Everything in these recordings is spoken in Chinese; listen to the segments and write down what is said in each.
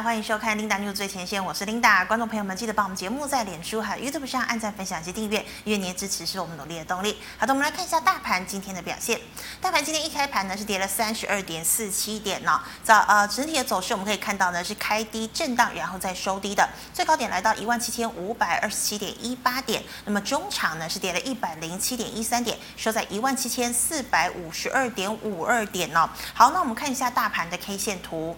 欢迎收看《琳达 news 最前线》，我是琳达。观众朋友们，记得帮我们节目在脸书还有 YouTube 上按赞、分享及订阅，因为您的支持是我们努力的动力。好的，我们来看一下大盘今天的表现。大盘今天一开盘呢是跌了三十二点四七点呢、哦，早呃整体的走势我们可以看到呢是开低震荡，然后再收低的，最高点来到一万七千五百二十七点一八点，那么中场呢是跌了一百零七点一三点，收在一万七千四百五十二点五二点呢、哦。好，那我们看一下大盘的 K 线图。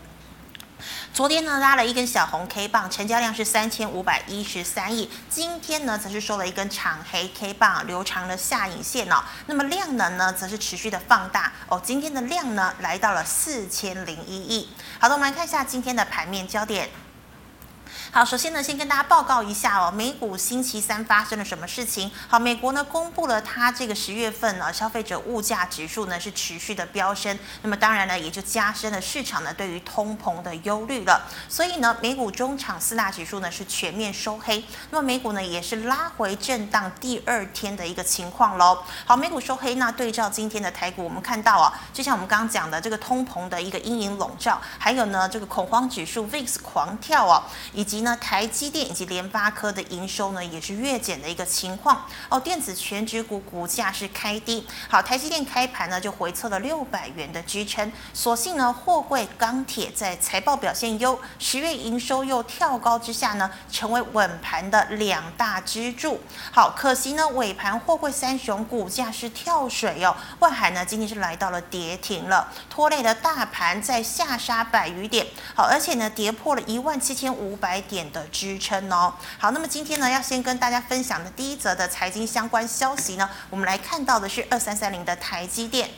昨天呢拉了一根小红 K 棒，成交量是三千五百一十三亿。今天呢则是收了一根长黑 K 棒，留长了下影线哦。那么量能呢则是持续的放大哦。今天的量呢来到了四千零一亿。好的，我们来看一下今天的盘面焦点。好，首先呢，先跟大家报告一下哦，美股星期三发生了什么事情？好，美国呢公布了它这个十月份呢消费者物价指数呢是持续的飙升，那么当然呢也就加深了市场呢对于通膨的忧虑了。所以呢，美股中场四大指数呢是全面收黑，那么美股呢也是拉回震荡第二天的一个情况喽。好，美股收黑，那对照今天的台股，我们看到啊、哦，就像我们刚刚讲的这个通膨的一个阴影笼罩，还有呢这个恐慌指数 VIX 狂跳哦，以及那台积电以及联发科的营收呢，也是月减的一个情况哦。电子全指股股价是开低，好，台积电开盘呢就回测了六百元的支撑。所幸呢，货柜钢铁在财报表现优，十月营收又跳高之下呢，成为稳盘的两大支柱。好，可惜呢，尾盘货柜三雄股价是跳水哦。万海呢今天是来到了跌停了，拖累了大盘在下杀百余点。好，而且呢跌破了一万七千五百点。点的支撑哦。好，那么今天呢，要先跟大家分享的第一则的财经相关消息呢，我们来看到的是二三三零的台积电。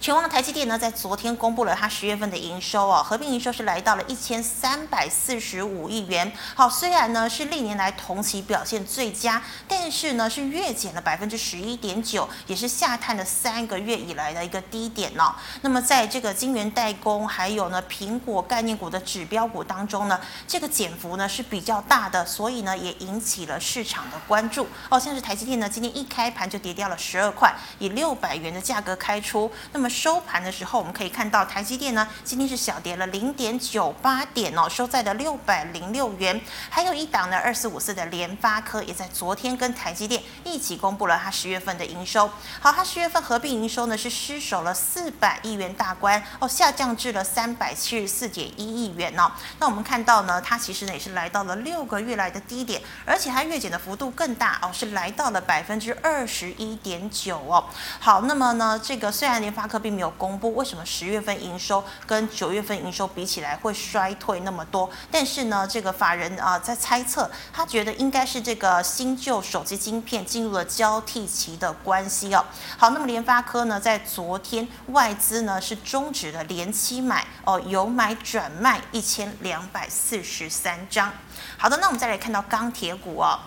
全网台积电呢，在昨天公布了它十月份的营收哦，合并营收是来到了一千三百四十五亿元。好，虽然呢是历年来同期表现最佳，但是呢是月减了百分之十一点九，也是下探了三个月以来的一个低点哦。那么在这个晶圆代工还有呢苹果概念股的指标股当中呢，这个减幅呢是比较大的，所以呢也引起了市场的关注哦。像是台积电呢，今天一开盘就跌掉了十二块，以六百元的价格开出，那么。收盘的时候，我们可以看到台积电呢，今天是小跌了零点九八点哦，收在了六百零六元。还有一档呢，二四五四的联发科也在昨天跟台积电一起公布了它十月份的营收。好，它十月份合并营收呢是失守了四百亿元大关哦，下降至了三百七十四点一亿元哦。那我们看到呢，它其实呢也是来到了六个月来的低点，而且它月减的幅度更大哦，是来到了百分之二十一点九哦。好，那么呢，这个虽然联发科并没有公布为什么十月份营收跟九月份营收比起来会衰退那么多，但是呢，这个法人啊、呃、在猜测，他觉得应该是这个新旧手机晶片进入了交替期的关系哦。好，那么联发科呢，在昨天外资呢是终止了连期买哦，由买转卖一千两百四十三张。好的，那我们再来看到钢铁股哦。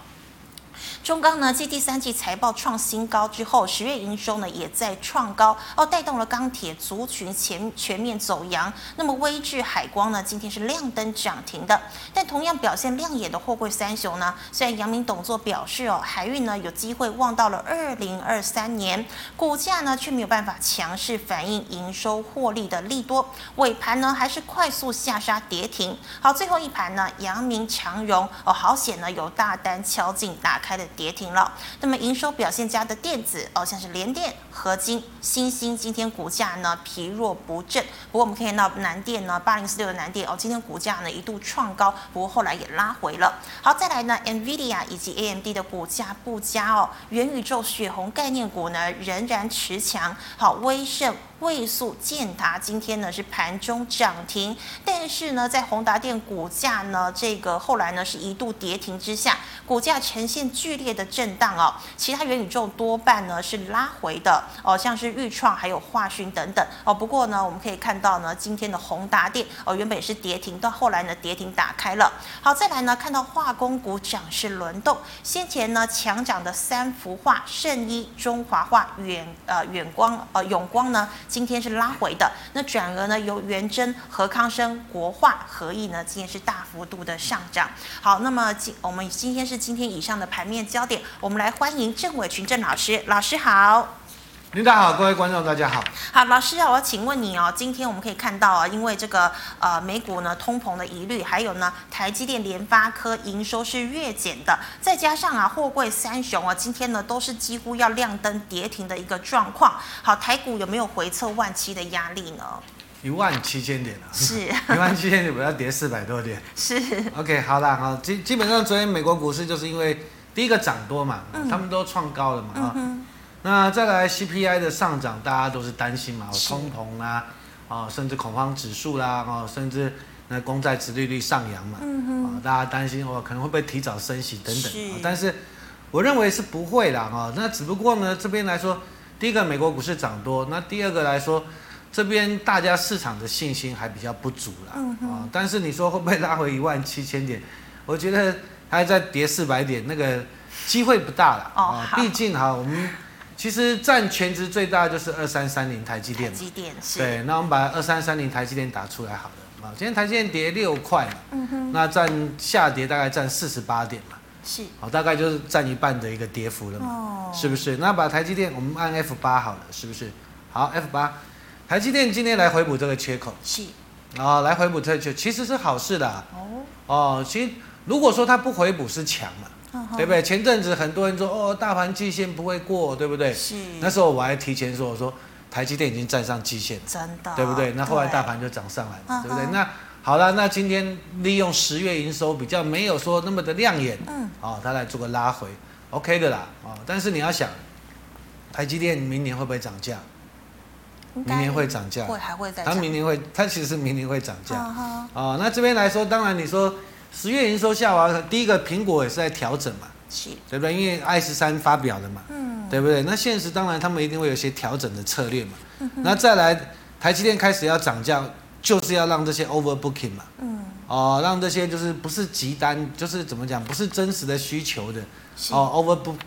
中钢呢，继第三季财报创新高之后，十月营收呢也在创高哦，带动了钢铁族群前全面走阳。那么威智海光呢，今天是亮灯涨停的，但同样表现亮眼的货柜三雄呢，虽然杨明董座表示哦，海运呢有机会望到了二零二三年，股价呢却没有办法强势反映营收获利的利多，尾盘呢还是快速下杀跌停。好，最后一盘呢，阳明长荣哦，好险呢有大单敲进，打开的。跌停了。那么营收表现佳的电子哦，像是联电、合金、新兴，今天股价呢疲弱不振。不过我们可以看到南电呢，八零四六的南电哦，今天股价呢一度创高，不过后来也拉回了。好，再来呢，NVIDIA 以及 AMD 的股价不佳哦。元宇宙血红概念股呢仍然持强。好，威盛。位数建达今天呢是盘中涨停，但是呢，在宏达电股价呢，这个后来呢是一度跌停之下，股价呈现剧烈的震荡哦。其他元宇宙多半呢是拉回的哦，像是豫创还有华讯等等哦。不过呢，我们可以看到呢，今天的宏达电哦原本是跌停，到后来呢跌停打开了。好，再来呢看到化工股涨势轮动，先前呢强涨的三幅画、圣一、中华画、远呃远光呃永光呢。今天是拉回的，那转而呢由元珍、和康生、国化、合益呢今天是大幅度的上涨。好，那么今我们今天是今天以上的盘面焦点，我们来欢迎郑伟群郑老师，老师好。林大好，各位观众大家好。好，老师啊，我要请问你哦，今天我们可以看到啊，因为这个呃美股呢通膨的疑虑，还有呢台积电、联发科营收是月减的，再加上啊货柜三雄啊，今天呢都是几乎要亮灯跌停的一个状况。好，台股有没有回测万七的压力 呢？一万七千点啊，是一万七千点，我要跌四百多点。是， OK，好啦，哈，基基本上昨天美国股市就是因为第一个涨多嘛，嗯他们都创高了嘛，啊、嗯哼，那再来 CPI 的上涨，大家都是担心嘛，哦是通膨啦、啊，哦，甚至恐慌指数啦、哦，甚至那公债殖利率上扬嘛，嗯哼，啊、大家担心哦，可能会不会提早升息等等，是哦但是我认为是不会啦，哈、哦，那只不过呢，这边来说，第一个美国股市涨多，那第二个来说，这边大家市场的信心还比较不足啦，啊、嗯哼但是你说会不会拉回一万七千点？我觉得还在跌四百点，那个机会不大了，哦啊好毕竟哈，我们其实占全值最大就是二三三零台积台电嘛，积电是，对，那我们把二三三零台积电打出来好了啊。今天台积电跌六块嘛，嗯哼，那占下跌大概占四十八点嘛，是，好，大概就是占一半的一个跌幅了嘛，哦，是不是？那把台积电我们按 F 八好了，是不是？好，F 八，台积电今天来回补这个缺口是，啊、来回补这个缺，其实是好事的啊、哦，哦。其实如果说它不回补是强嘛，嗯哼对不对？前阵子很多人说哦，大盘季线不会过，对不对？是，那时候我还提前说，我说台积电已经站上季线了，真的，对不对？那后来大盘就涨上来嗯嘛，对不对嗯？那好了，那今天利用十月营收比较没有说那么的亮眼，嗯，哦，它来做个拉回，OK 的啦，哦，但是你要想，台积电明年会不会涨价？应该明年会涨价，会还会再它涨，明年会，它其实明年会涨价，嗯哼，哦，那这边来说，当然你说十月营收下滑，第一个苹果也是在调整嘛，是，对不对？因为 i 十三发表了嘛，嗯，对不对？那现实当然他们一定会有一些调整的策略嘛。那再来，台积电开始要涨价，就是要让这些 overbooking 嘛，嗯，哦，让这些就是不是急单，就是怎么讲，不是真实的需求的是，哦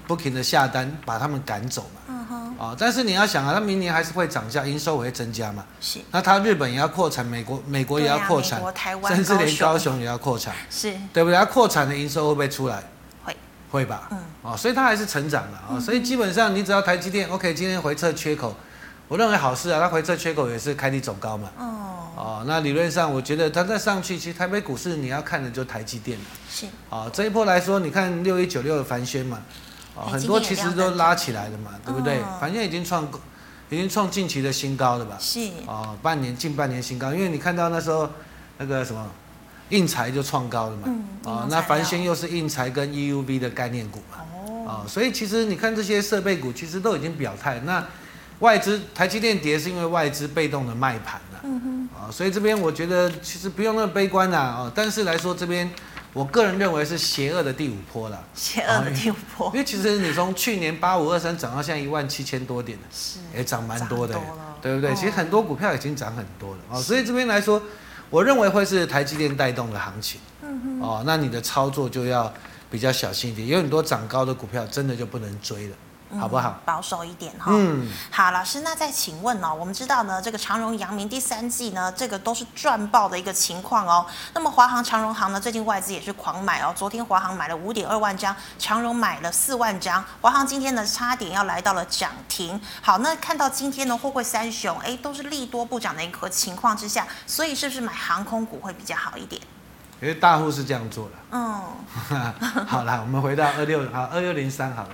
，overbooking 的下单，把他们赶走嘛。嗯哼，哦，但是你要想啊，它明年还是会涨价，营收也会增加嘛。是，那它日本也要扩产，美国美国也对要啊扩美产，国台湾甚至连高高雄也要扩产，是，对不对？它扩产的营收会不会出来？会，会吧？嗯，哦，所以它还是成长了啊、哦，所以基本上你只要台积电 OK，今天回撤缺口，我认为好事啊，它回撤缺口也是开低走高嘛。哦，哦，那理论上我觉得它再上去，其实台北股市你要看的就台积电了。是，哦，这一波来说，你看六一九六的凡轩嘛，哦，哎很多今其天也实亮都灯拉起来了嘛，对不对哦？凡轩已经创已经创近期的新高了吧？是，哦，半年近半年新高，因为你看到那时候那个什么印材就创高了嘛，嗯应哦用材料，那凡轩又是印材跟 EUV 的概念股嘛，哦，哦，所以其实你看这些设备股其实都已经表态，那外资台积电跌是因为外资被动的卖盘了、嗯哼，哦，所以这边我觉得其实不用那么悲观啦、哦，但是来说这边我个人认为是邪恶的第五波啦，邪恶的第五波因为其实你从去年八五二三涨到现在一万七千多点了。是，也涨蛮多的涨多了，对不对？哦其实很多股票已经涨很多了哦，所以这边来说，我认为会是台积电带动的行情嗯哼，哦。那你的操作就要比较小心一点，有很多涨高的股票真的就不能追了，好不好？嗯？保守一点哈。嗯，好，老师，那再请问哦，我们知道呢，这个长荣、阳明第三季呢，这个都是赚爆的一个情况哦。那么华航、长荣航呢，最近外资也是狂买哦，昨天华航买了五点二万张，长荣买了四万张，华航今天呢差点要来到了涨停。好，那看到今天呢，货柜三雄哎都是利多不涨的一个情况之下，所以是不是买航空股会比较好一点？因为大户是这样做的。嗯， 好啦，我们回到二六好二六零三好了。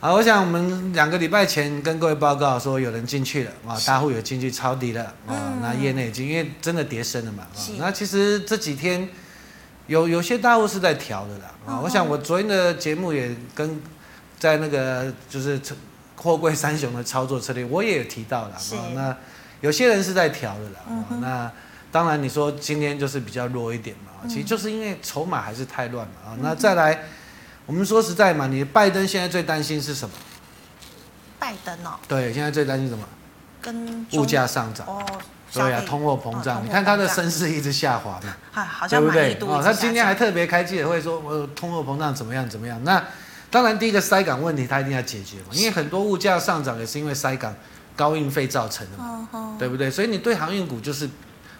好，我想我们两个礼拜前跟各位报告说，有人进去了啊，大户有进去抄底了啊嗯。那业内已经因为真的跌深了嘛，啊是，那其实这几天有有些大户是在调的啦嗯啊。哼我想我昨天的节目也跟在那个就是货柜三雄的操作策略，我也有提到了是啊。那有些人是在调的啦，嗯啊那当然你说今天就是比较弱一点嘛，嗯其实就是因为筹码还是太乱嘛啊。那再来，我们说实在嘛，你拜登现在最担心是什么？拜登哦，对，现在最担心什么？跟中物价上涨。哦，对啊，消费通货膨哦胀，通你看他的膨胀身世一直下滑嘛，哎好对像不满意对？度一哦，直他下今天还降特别开记者会说，我通货膨胀怎么样怎么样。那当然，第一个塞港问题他一定要解决嘛，因为很多物价上涨也是因为塞港高运费造成的嘛。嗯哼，对不对？所以你对航运股就是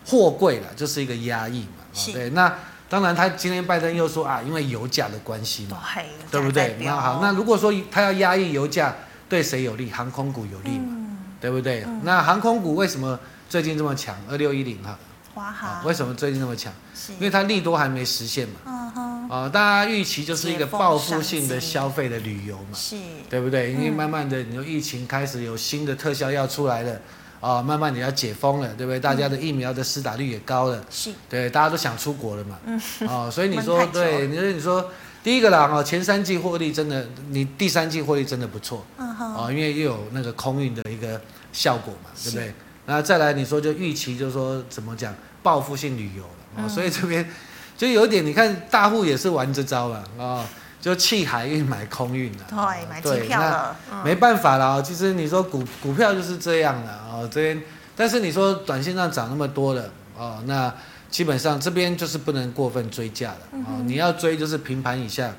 货柜了，就是一个压抑嘛。是哦对，那当然他今天拜登又说啊，因为油价的关系嘛，嗯对，对不价对代？那表好，那如果说他要压抑油价，对谁有利？航空股有利嘛，嗯，对不对嗯？那航空股为什么最近这么强？二六一零哈，华啊航为什么最近这么强？是，因为它利多还没实现嘛，嗯哼，啊，大家预期就是一个解封报复性赏的析消费的旅游嘛，是，对不对？因为嗯慢慢的，你说疫情开始有新的特效药出来了，啊，慢慢你要解封了，对不对？大家的疫苗的施打率也高了，是，对，大家都想出国了嘛，啊，所以你说嗯闷太久了对，你说你说第一个啦，哦，前三季获利真的，你第三季获利真的不错，嗯哼，啊，因为又有那个空运的一个效果嘛，对是不对？那再来你说就预期，就是说怎么讲报复性旅游了啊，嗯所以这边就有点你看大户也是玩这招了啊，就弃海运买空运了，啊对，买机票。那了，嗯，没办法啦，哦其实你说股股票就是这样的哦，这边，但是你说短线上涨那么多了哦，那基本上这边就是不能过分追价了嗯哦，哼你要追就是平盘以下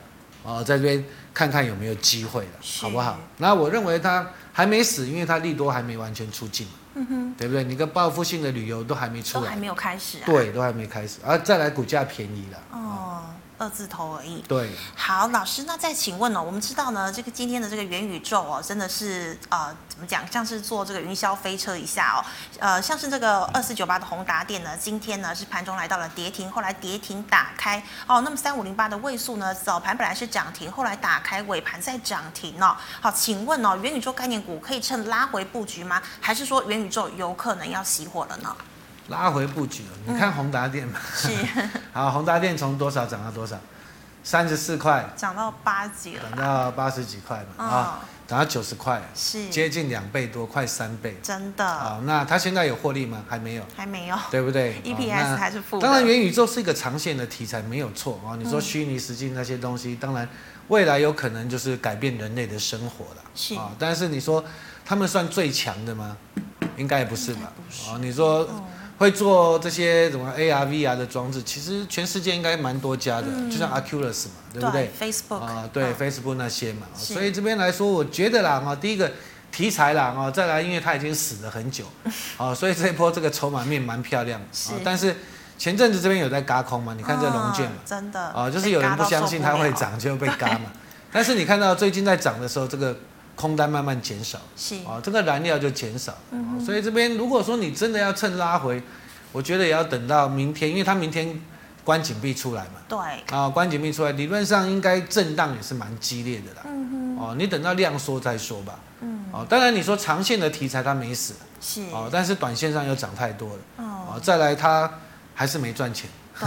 哦，在这边看看有没有机会了，是好不好？那我认为它还没死，因为它利多还没完全出尽，嗯哼，对不对？你个报复性的旅游都还没都出还来，没有开始啊，，对，都还没开始，啊，再来股价便宜了，哦，二字头而已。对，好，老师，那再请问哦，我们知道呢，这个今天的这个元宇宙哦，真的是呃，怎么讲，像是坐这个云霄飞车一下哦，呃，像是这个二四九八的宏达电呢，今天呢是盘中来到了跌停，后来跌停打开哦，那么三五零八的位数呢，早盘本来是涨停，后来打开尾盘再涨停哦。好，请问哦，元宇宙概念股可以趁拉回布局吗？还是说元宇宙有可能要熄火了呢？拉回布局了，你看宏达电嘛，嗯是 好，宏达电从多少涨到多少？三十四块，涨到八级了涨吧？到八十几块嘛，啊，嗯，涨到九十块，是，哦接近两倍多，快三倍。真的啊，那它现在有获利吗？还没有，还没有。对 不对哦 EPS 还是负的。那嗯当然，元宇宙是一个长线的题材，没有错啊。你说虚拟实境那些东西，当然未来有可能就是改变人类的生活了。是啊，但是你说他们算最强的吗？应该不是吧应该不？是啊，你说哦会做这些什么 AR、VR 的装置，其实全世界应该蛮多家的，嗯就像 Oculus 嘛，对不对？ f a c e b o o k 啊、对、Facebook 那些嘛，是所以这边来说，我觉得啦，啊，第一个题材啦，啊，再来，因为它已经死 了很久，啊，所以这一波这个筹码面蛮漂亮，是啊，但是前阵子这边有在嘎空嘛，你看这龙卷嘛，嗯真的啊，就是有人不相信它会，涨就被嘎 嘛，但是你看到最近在涨的时候，这个空单慢慢减少，被嘎到受不了啊，这个燃料就减少，嗯啊所以这边如果说你真的要趁拉回，我觉得也要等到明天，因为它明天关紧闭出来嘛。是，对，啊、关紧闭出来，理论上应该震荡也是蛮激烈的啦。嗯哦，你等到量缩再说吧。哼，嗯，哦，当然你说长线的题材它没死，是，哦，但是短线上又涨太多了，哦，哦，再来它还是没赚钱，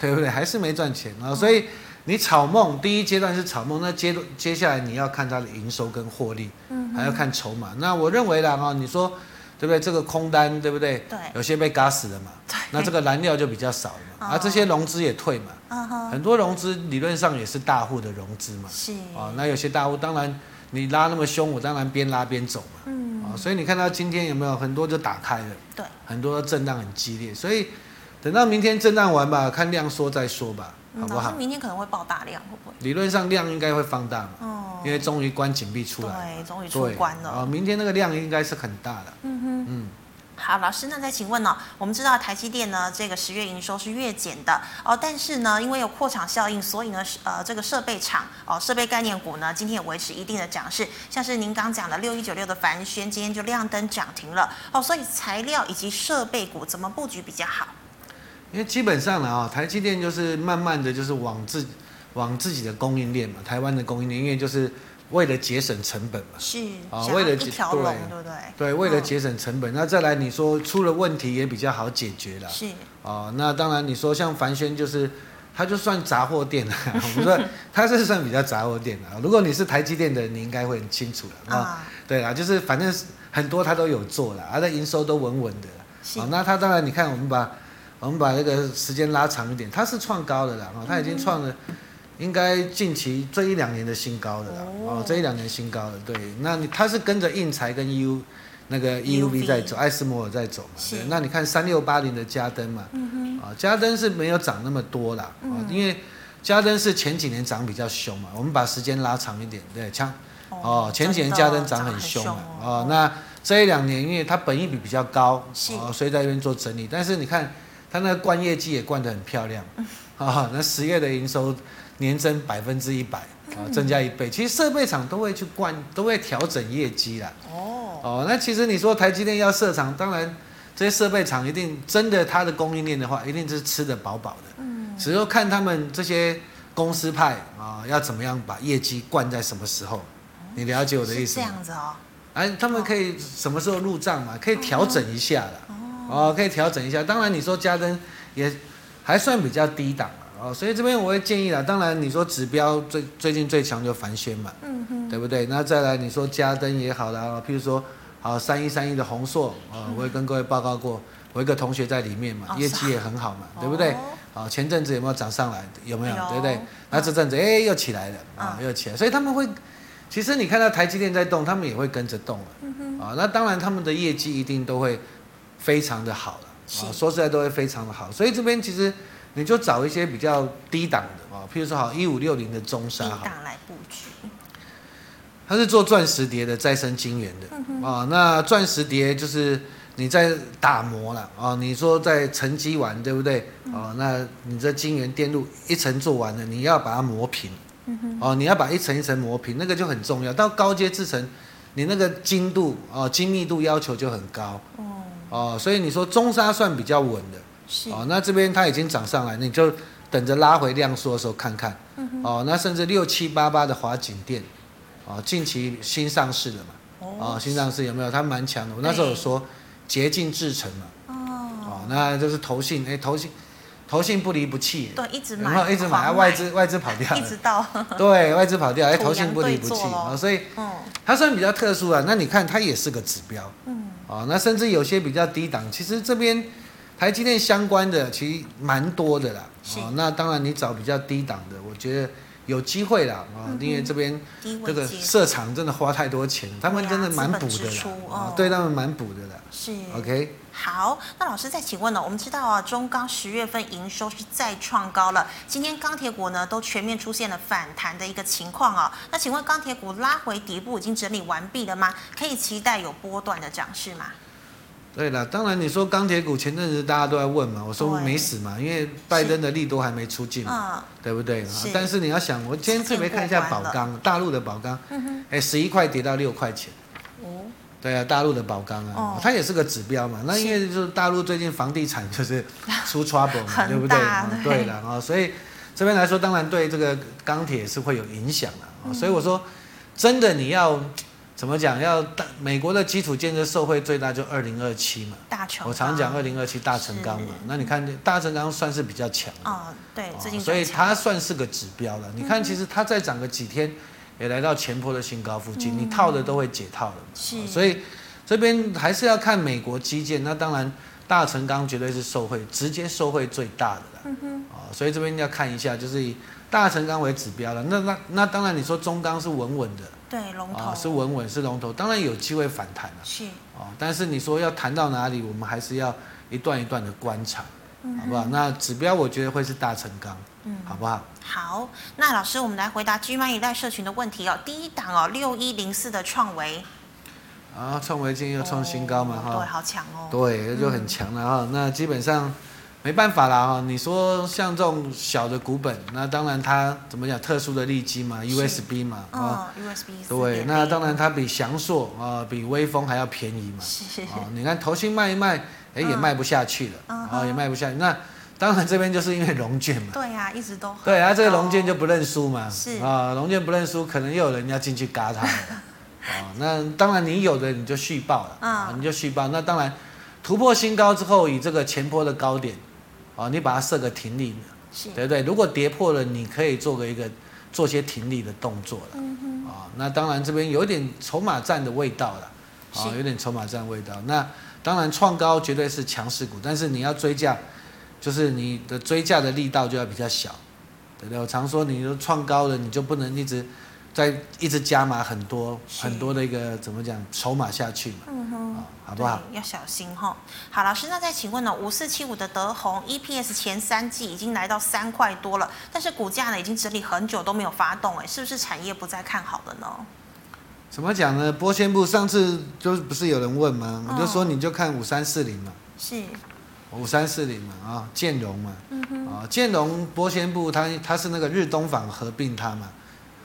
对，对不对？还是没赚钱嗯啊、哦所以你炒梦第一阶段是炒梦，那接接下来你要看它的营收跟获利，嗯还要看筹码。那我认为啦，哦，你说对不对？这个空单对不对？对，有些被嘎死了嘛，那这个，个燃料就比较少了嘛，啊，哦这些融资也退嘛。嗯哼，很多融资理论上也是大户的融资嘛，是，啊、那有些大户当然你拉那么凶，我当然边拉边走嘛，嗯，啊、所以你看到今天有没有很多就打开了，对，很多震荡很激烈，所以等到明天震荡完吧，看量缩再说吧，好嗯不老师好？明天可能会爆大量，会不会？理论上量应该会放大嘛，哦，因为终于关紧闭出来，对，终于出对，关啊、了，明天那个量应该是很大的，嗯哼。嗯，好，老师，那再请问呢、我们知道台积电呢，这个十月营收是月减的哦，但是呢，因为有扩厂效应，所以呢，是呃，这个设备厂哦，设备概念股呢，今天也维持一定的涨势，像是您刚讲的六一九六的凡轩，今天就亮灯涨停了哦，所以材料以及设备股怎么布局比较好？因为基本上呢啊、台积电就是慢慢的就是往自往自己的供应链嘛，台湾的供应链，因为就是为了节省成本嘛。是，哦想要为了一解条龙，对对不嗯对？对，为了节省成本，那再来你说出了问题也比较好解决了是，哦。那当然你说像凡轩就是，它就算杂货店了， 我们说它是算比较杂货店的。如果你是台积电的，你应该会很清楚了啊、啊，对啦，就是反正很多它都有做了，它的营收都稳稳的啦。是哦，那它当然你看我们把我们把这个时间拉长一点，它是创高的啦，哦，它已经创了。嗯应该近期这一两年的新高了啦，哦哦，这一两年新高了，对，那你它是跟着印材跟 U 那个 EUV EUV 在走，艾斯摩尔在走嘛，是对，那你看三六八零的嘉登嘛，嗯啊，嘉登是没有涨那么多啦，啊嗯，因为嘉登是前几年涨比较凶嘛，我们把时间拉长一点，对，像哼，哦，前几年真的嘉登涨很凶啊，哦，那这一两年因为它本益比比较高，是哦，所以在这边做整理。但是你看它那个 哦冠业绩也冠得很漂亮，啊、那十月的营收年增百分之一百，啊，增加一倍。其实设备厂都会去灌，都会调整业绩啦。哦，哦，那其实你说台积电要设厂，当然这些设备厂一定真的它的供应链的话，一定是吃得饱饱的。嗯，只要看他们这些公司派啊、要怎么样把业绩灌在什么时候。你了解我的意是思这吗？样子哦，哎，他们可以什么时候入账嘛？可以调整一下啦。哦，可以调整一下。当然，你说加登也还算比较低档嘛。哦，所以这边我会建议啦。当然，你说指标最最近最强就凡轩嘛，嗯哼，对不对？那再来你说加登也好啦，哦譬如说好三一三一的宏硕啊、哦，我也跟各位报告过，我一个同学在里面嘛嗯哦，业是啊绩也很好嘛，对不对？哦啊，前阵子有没有涨上来？有没有？有对不对？那这阵子哎、又起来了啊，又起来，所以他们会，其实你看到台积电在动，他们也会跟着动了啊。那当然他们的业绩一定都会非常的好了啊，是说实在都会非常的好。所以这边其实你就找一些比较低档的啊，譬如说好一五六零的中沙低好了，档来布局，它是做钻石碟的再生晶圆嗯的啊。那钻石碟就是你在打磨了啊，你说在沉积完对不对？嗯哦，那你这晶圆电路一层做完了，你要把它磨平嗯哼，哦，你要把一层一层磨平，那个就很重要。到高阶制程，你那个精度哦精密度要求就很高哦，哦，所以你说中沙算比较稳的。是，哦，那这边它已经涨上来，你就等着拉回量缩的时候看看。嗯哦，那甚至六七八八的华景店，哦，近期新上市的嘛，哦，新上市有没有？它蛮强的。我那时候有说竭尽制成嘛，哦，哦，那就是投信，哎、投信，投信不离不弃，对，一直然后买，一直买，狂啊外资外资跑掉 一了直，到，对，外资跑掉，哎、土投信洋不离对不坐弃，咯哦，所以嗯它算比较特殊啊。那你看，它也是个指标。嗯，哦，那甚至有些比较低档，其实这边台积电相关的其实蛮多的啦。是哦，那当然你找比较低档的，我觉得有机会啦。哦，嗯因为这边低这位个接设厂真的花太多钱，他们对啊真的蛮补资的本支啦出。哦哦，对他们蛮补的啦。是 OK，好，那老师再请问呢？我们知道啊，中钢十月份营收是再创高了，今天钢铁股呢都全面出现了反弹的一个情况啊、那请问钢铁股拉回底部已经整理完毕了吗？可以期待有波段的涨势吗？对了，当然你说钢铁股前阵子大家都在问嘛，我说对没死嘛，因为拜登的利多还没出尽嘛，嗯，对不对？啊是但是你要想，我今天特别看一下事件宝过完了钢，大陆的宝钢，嗯哎，十一块跌到六块钱。哼，哦，对啊，大陆的宝钢啊，哦它也是个指标嘛。那因为就是大陆最近房地产 就是出 trouble 嘛，很对不对？ 大啊对对了啊，所以这边来说，当然对这个钢铁是会有影响的、嗯啊。所以我说，真的你要怎么讲？要大美国的基础建设受惠最大就二零二七嘛。大成，我常讲二，零二七大成钢嘛是，那你看大成钢算是比较强的，嗯，对，最近哦所以转强它算是个指标了。你嗯看，其实它再涨个几天，也来到前坡的新高附近，你套的都会解套了嘛。嗯是，哦所以这边还是要看美国基建，那当然大成钢绝对是受惠，直接受惠最大的啦。嗯哼，啊、所以这边要看一下，就是以大成钢为指标了。那那那当然，你说中钢是稳稳的对，龙头、啊、是稳稳是龙头，当然有机会反弹了是啊、但是你说要谈到哪里，我们还是要一段一段的观察，嗯好不好？那指标我觉得会是大成钢，好不好？好，那老师，我们来回答居曼一代社群的问题哦。第一档哦，六一零四的创维啊，创维金又创新高嘛哦哈、对，嗯好强哦。对，就很强了哈、那基本上没办法啦哈、你说像这种小的股本，那当然它怎么讲，特殊的利基嘛是，USB 嘛啊、嗯，USB 对4.0，那当然它比翔硕啊、比威风还要便宜嘛。是啊、你看投信卖一卖，哎、也嗯卖不下去了，嗯啊、哼也卖不下去。那当然这边就是因为融券嘛。对呀，一直都很对，啊，这个高龙健就不认输嘛，哦是啊，龙健不认输，可能又有人要进去嘎他了，啊，那当然你有的你就续报了，嗯啊，你就续报，那当然突破新高之后，以这个前坡的高点，啊，你把它设个停利，是对不对？如果跌破了，你可以做个一个做些停利的动作了，嗯啊，那当然这边有点筹码战的味道了，啊，是有点筹码战味道。那当然创高绝对是强势股，但是你要追价，就是你的追价的力道就要比较小，对不对？我常说，你就创高了，你就不能一直在一直加码很多是很多的一个怎么讲筹码下去嘛，嗯哼，啊，好不好？对？要小心哈。好，老师，那再请问呢、五四七五的德宏 EPS 前三季已经来到三块多了，但是股价呢已经整理很久都没有发动，哎，是不是产业不再看好了呢？怎么讲呢？波仙部上次就是不是有人问吗？嗯我就说你就看五三四零嘛，是，五三四零嘛，啊，建嗯融嘛，啊，建融波仙部它它是那个日东纺合并它嘛，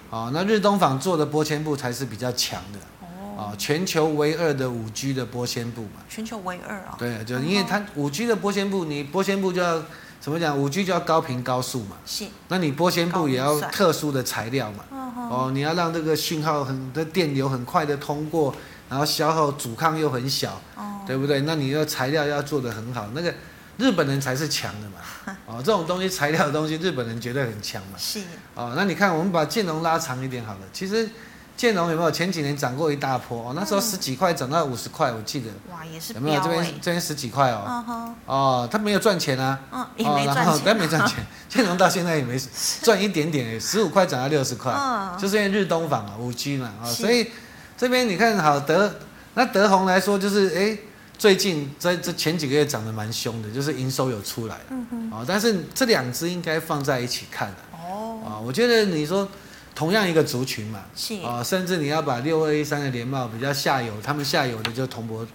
哦，那日东纺做的玻纤布才是比较强的哦，哦，全球唯二的五 G 的玻纤布嘛。全球唯二啊、对，就因为它五 G 的玻纤布，你玻纤布就要怎么讲？五 G 就要高频高速嘛，是，那你玻纤布也高要频算特殊的材料嘛。哦哦，你要让这个讯号很的电流很快的通过，然后消耗阻抗又很小，哦，对不对？那你的材料要做得很好，那个日本人才是强的 嘛。哦，这种东西材料的东西，日本人绝对很强嘛。是，哦，那你看，我们把建龙拉长一点好了。其实建龙有没有前几年涨过一大波？哦，那时候十几块涨到五十块，我记得哇，也是有嗯标没有？这哎、边这边十几块哦。嗯哼，哦，他没有赚钱啊。嗯，也哦没，然后赚但钱，没赚钱， 建龙到现在也 没赚一点点而已，十五块涨到六十块。嗯，就是因为日东纺嘛，五 G 嘛啊，是所以这边你看好德那德宏来说，就是哎、诶最近这这前几个月涨得蛮凶的，就是营收有出来嗯哼，啊、哦，但是这两只应该放在一起看的哦，啊、我觉得你说同样一个族群嘛，是，啊、甚至你要把六二一三的联茂比较下游，他们下游的就铜箔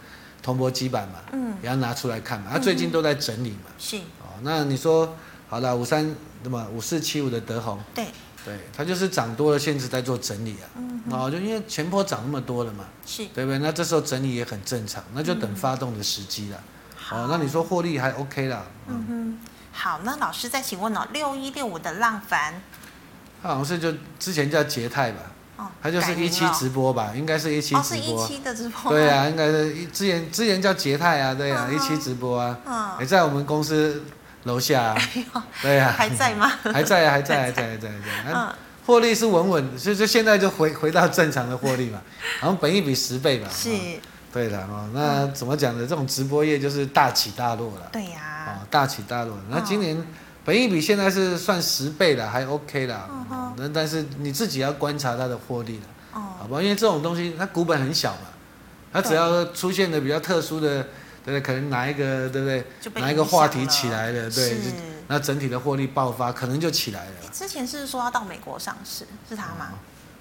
铜箔基板嘛，嗯，也要拿出来看嘛，啊，最近都在整理嘛，是，啊、那你说好了五三那么五四七五的德宏。对，对，它就是涨多了，现在在做整理啊。嗯哦，就因为前波涨那么多了嘛，是，对不对？那这时候整理也很正常，那就嗯等发动的时机了。哦，那你说获利还 OK 啦？嗯，嗯哼，好，那老师再请问哦，六一六五的浪凡，它好像是就之前叫捷泰吧，哦，它就是改名一期了直播吧，应该是一期哦，直是一播。期 的直播，对，啊，应该是一之前之前叫捷泰啊，对啊，嗯一期直播啊，嗯，哎也在我们公司楼下 啊，对啊，还在 吗？还 在啊，还在啊，还在啊，还在啊，还在啊。嗯，获利是稳稳，所以就现在就回回到正常的获利嘛，好像本益比十倍吧。哦是，对的哦，那嗯怎么讲呢？这种直播业就是大起大落了，对呀，哦，大起大落。啊那今年本益比现在是算十倍了，还 OK 啦嗯。哼哦那、但是你自己要观察它的获利了，哦，好不好？因为这种东西它股本很小嘛，它只要出现的比较特殊的，对不对？可能哪一个，对不对？就被哪一影个响话题了起来了，对，是。那整体的获利爆发可能就起来了。诶之前是说要到美国上市，是他吗？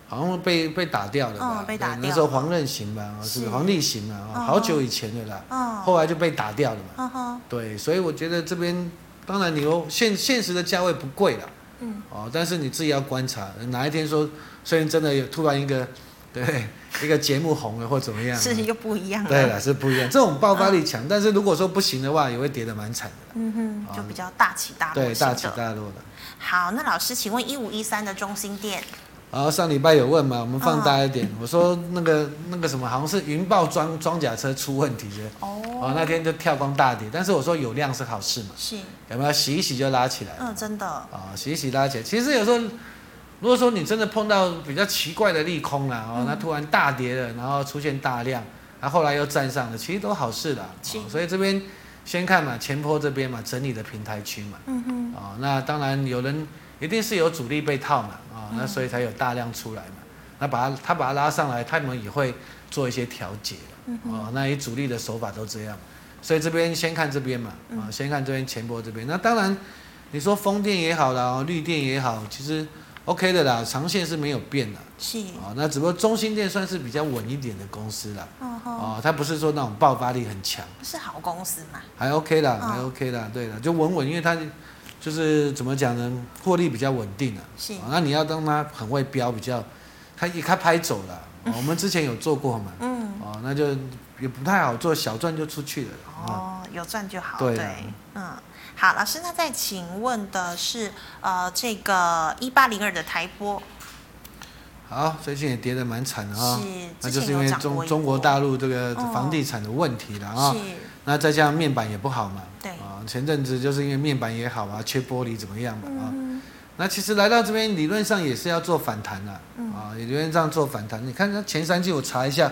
好像被被打掉了吧？嗯被打掉对那时候黄任行吧，哦是是黄立行啊，哦嗯好久以前的啦，哦，后来就被打掉了嘛。嗯哼，对，所以我觉得这边当然你说现现实的价位不贵啦，嗯，哦，但是你自己要观察，哪一天说虽然真的有突然一个 对一个节目红了或怎么样，是又不一样了。对了是不一样，这种爆发力强，但是如果说不行的话，也会跌得蛮惨的啦，嗯哼，就比较大起大落哦对，型大的。起大落的。好，那老师，请问一五一三的中心店，然后上礼拜有问嘛，我们放大一点，哦我说那个那个什么，好像是云豹装装甲车出问题了，哦，哦，那天就跳光大跌，但是我说有量是好事嘛，是，有没有洗一洗就拉起来了？嗯，真的，啊、洗一洗拉起来。其实有时候，如果说你真的碰到比较奇怪的利空啦，哦，那突然大跌了，然后出现大量，然后后来又站上了，其实都好事啦。是哦、所以这边先看嘛，前坡这边嘛，整理的平台区嘛，嗯哼，哦，那当然有人一定是有主力被套嘛，啊、哦，那所以才有大量出来嘛。那把它他把它拉上来，他们也会做一些调节的哦，那以主力的手法都这样，所以这边先看这边嘛，啊、先看这边前波这边。那当然，你说风电也好啦，哦绿电也好，其实 OK 的啦，长线是没有变的。是，哦，那只不过中心电算是比较稳一点的公司啦，哦吼，哦，它不是说那种爆发力很强。是好公司嘛？还 OK 啦，嗯还 OK 啦，对啦，就稳稳，因为它就是怎么讲呢，获利比较稳定啊。是哦那你要当它很会标，比较它一它拍走了、哦我们之前有做过嘛，嗯，哦，那就也不太好做，小赚就出去了。哦，哦，有赚就好，对啊嗯，好，老师，那再请问的是，呃，这个一八零二的台波好，最近也跌得蛮惨的哈、是啊那之就是前因有为涨过中一中国波，大陆这个哦房地产的问题了啊、是，那再加上面板也不好嘛，对啊、前阵子就是因为面板也好啊，缺玻璃怎么样嘛啊、嗯那其实来到这边，理论上也是要做反弹啦，嗯啊、理论上做反弹。你看它前三季我查一下，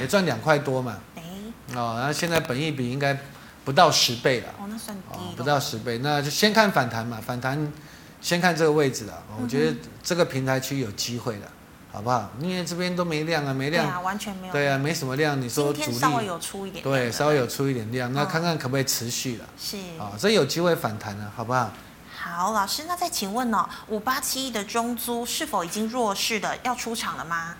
也赚两块多嘛，哼，哎，哦，然后现在本益比应该不到十倍了，哦，那算低哦了，，不到十倍，那就先看反弹嘛，反弹先看这个位置了，哦我觉嗯得这个平台区有机会了，好不好？因为这边都没量啊，没对量，啊，完全没有，对啊，没什么量，你说今天主力稍微有出一点点的，对稍微有出一点量，那哦嗯看看可不可以持续了，是，啊、这有机会反弹了，好不好？好，老师，那再请问哦，五八七亿的中租是否已经弱势的要出场了吗？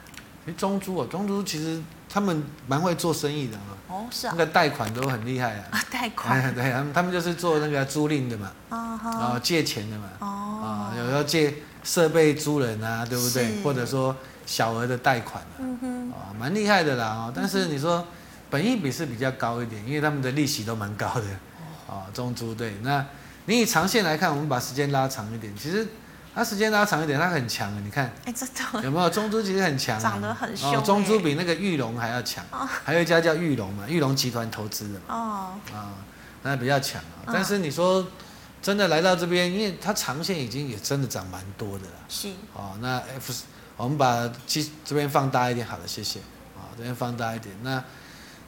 诶中珠哦，中珠其实他们蛮会做生意的啊，哦，是那啊，个贷款都很厉害啊。啊，贷哎款， 对，他们他们就是做那个租赁的嘛，啊然后哈，借钱的嘛，哎啊、哦，有时候借设备租人啊，对不对？是或者说小额的贷款啊，嗯哼，啊、蛮厉害的啦嗯哦。但是你说本益比是比较高一点，因为他们的利息都蛮高的，哦啊、中租对。那你以长线来看，我们把时间拉长一点，其实它时间拉长一点，它很强的，你看。哎，真的，有没有中珠其实很强、啊，长得很凶哦。中珠欸比那个玉龙还要强，还有一家叫玉龙嘛，玉龙集团投资的嘛。哦，啊、那比较强啊。嗯但是你说真的来到这边，因为它长线已经也真的涨蛮多的了。是，哦，那 F 四我们把其这边放大一点，好了，谢谢。啊、这边放大一点。那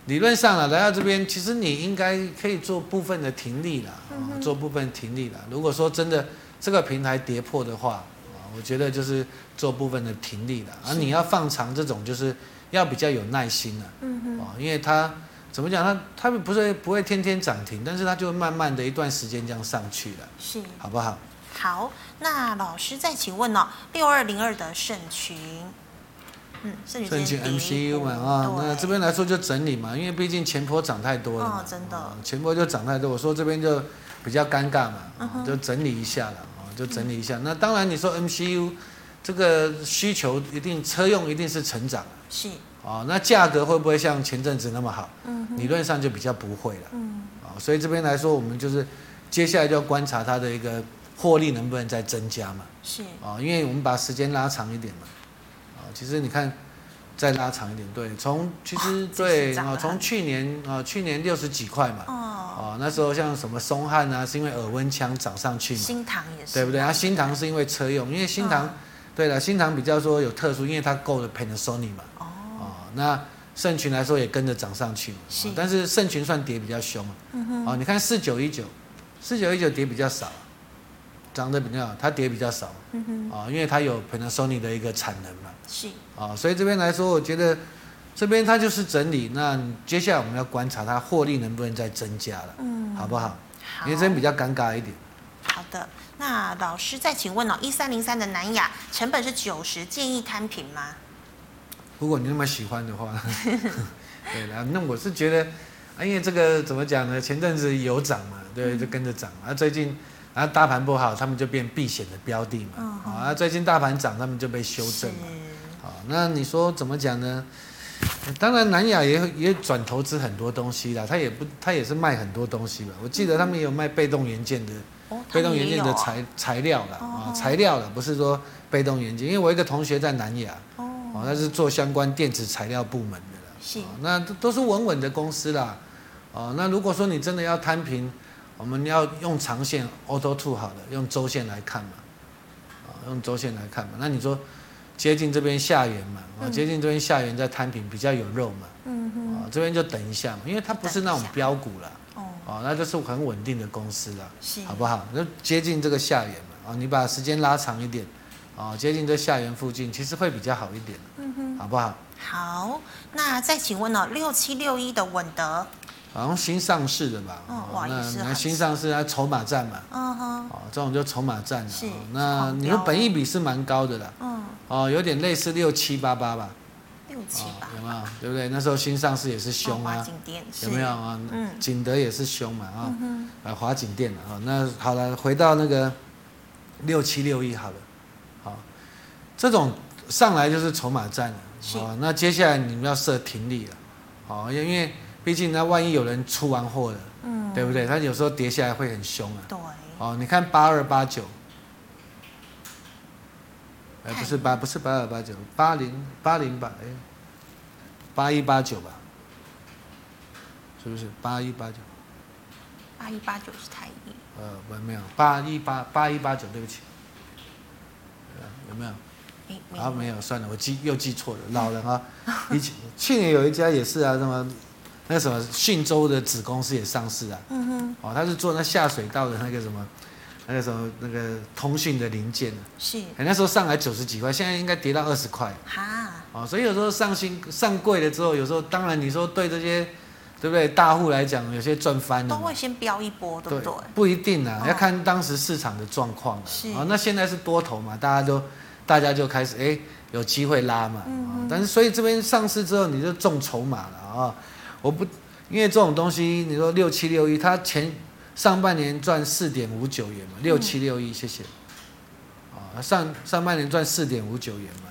理论上啊，来到这边，其实你应该可以做部分的停利啦，嗯啊、哼做部分停利啦。如果说真的这个平台跌破的话，啊、我觉得就是做部分的停利啦。啊，是你要放长这种，就是要比较有耐心啦。嗯哼，哦，因为它怎么讲，它它不是不会天天涨停，但是它就会慢慢的一段时间这样上去了，是。好不好？好，那老师再请问哦，六二零二的盛群，嗯，盛群顺今去天跌 MCU 嘛一啊、波那这边来说就整理嘛，因为毕竟前波涨太多了嘛，哦真的哦前波就涨太多，我说这边就比较尴尬嘛，嗯哦哼嗯就整理一下了，哦就整理一下。那当然你说 MCU 这个需求一定车用一定是成长啊对是，哦，那价格会不会像前阵子那么好？嗯哼理论上就比较不会了。嗯，啊，所以这边来说，我们就是接下来就要观察它的一个获利能不能再增加嘛，是，啊，因为我们把时间拉长一点嘛，啊，其实你看再拉长一点，对，从其实哇这对是涨啊，了从去年啊，去年六十几块嘛，哦，啊，那时候像什么松汉啊，是因为耳温枪涨上去嘛，新塘也是，对不对？啊，新塘是因为车用，因为新塘嗯，对了，新塘比较说有特殊，因为它够了 Panasonic 嘛，哦，哦，那盛群来说也跟着涨上去嘛，哦是但是盛群算跌比较凶啊。嗯哼，哦，你看四九一九，四九一九跌比较少，涨得比较，它跌比较少嗯哼，啊、哦，因为它有 Panasonic 的一个产能嘛，是，啊、所以这边来说，我觉得这边它就是整理，那接下来我们要观察它获利能不能再增加了，嗯，好不好？好，因为这边比较尴尬一点，好的。那老师再请问哦，一三零三的南亚成本是九十，建议摊平吗？如果你那么喜欢的话， 对啦，那我是觉得，啊，因为这个怎么讲呢？前阵子有涨嘛，对，嗯就跟着涨，啊，最近。然后大盘不好，他们就变避险的标的嘛。嗯好啊，最近大盘涨，他们就被修正嘛。是好，那你说怎么讲呢？当然，南亚也也转投资很多东西啦，他也不，他也是卖很多东西吧。我记得他们也有卖被动元件的，哦，被他动们元也件有的哦材材料啦，啊哦，材料啦，不是说被动元件。因为我有一个同学在南亚，哦，哦，他是做相关电子材料部门的啦，是哦那都都是稳稳的公司啦。哦，那如果说你真的要摊平，我们要用长线 auto two 好了，用周线来看嘛，啊、用周线来看嘛。那你说接近这边下缘嘛，啊、嗯接近这边下缘再摊平比较有肉嘛，嗯啊、哼，这边就等一下嘛，因为它不是那种等一下标股啦，哦，哦，那就是很稳定的公司啦。是，好不好？就接近这个下缘嘛，啊、你把时间拉长一点，啊、接近这下缘附近，其实会比较好一点，嗯哼，好不好？好。那再请问哦，六七六一的稳德，好像新上市的吧？嗯哦哇那也是那很新上市啊，筹码战嘛，嗯哼，哦，这种就筹码战了。是哦那狂你飙说本益比是蛮高的啦，嗯，哦，有点类似六七八八吧，六七哦八，，有没有？对不对？那时候新上市也是凶华啊，景店是有没有？啊？嗯景德也是凶嘛啊。嗯哼，啊，华景店啊，哦那好了，回到那个六七六一好了，好，这种上来就是筹码战了，是哦，那接下来你们要设停利了，好，因为因为毕竟那万一有人出完货了，嗯，对不对？它有时候跌下来会很凶啊，对，哦，你看八二八九，哎，看不是八，不是八二八九，八零八零吧，哎，八一八九吧，是不是八一八九？八一八九是台一，呃，我没有八一八八一八九，对不起，呃有没有？没没啊，没有，算了，我记又记错了，老人啊， 以前去年有一家也是啊，什么那什么信州的子公司也上市啊，嗯哼，哦，他是做那下水道的那个什么。那个什么那个通讯的零件，是，哎，那时候上来九十几块，现在应该跌到二十块哈，哦。所以有时候上新上柜了之后，有时候当然你说对这些，对不对？大户来讲，有些赚翻了都嘛。会先飙一波，对不对？不一定啊，哦要看当时市场的状况啊。是哦，那现在是多头嘛，大家都大家就开始哎有机会拉嘛。嗯啊但是所以这边上市之后，你就重筹码了啊。我不因为这种东西，你说六七六一，它前上半年赚四点五九元嘛，嗯六七六一，谢谢。啊，上上半年赚四点五九元嘛，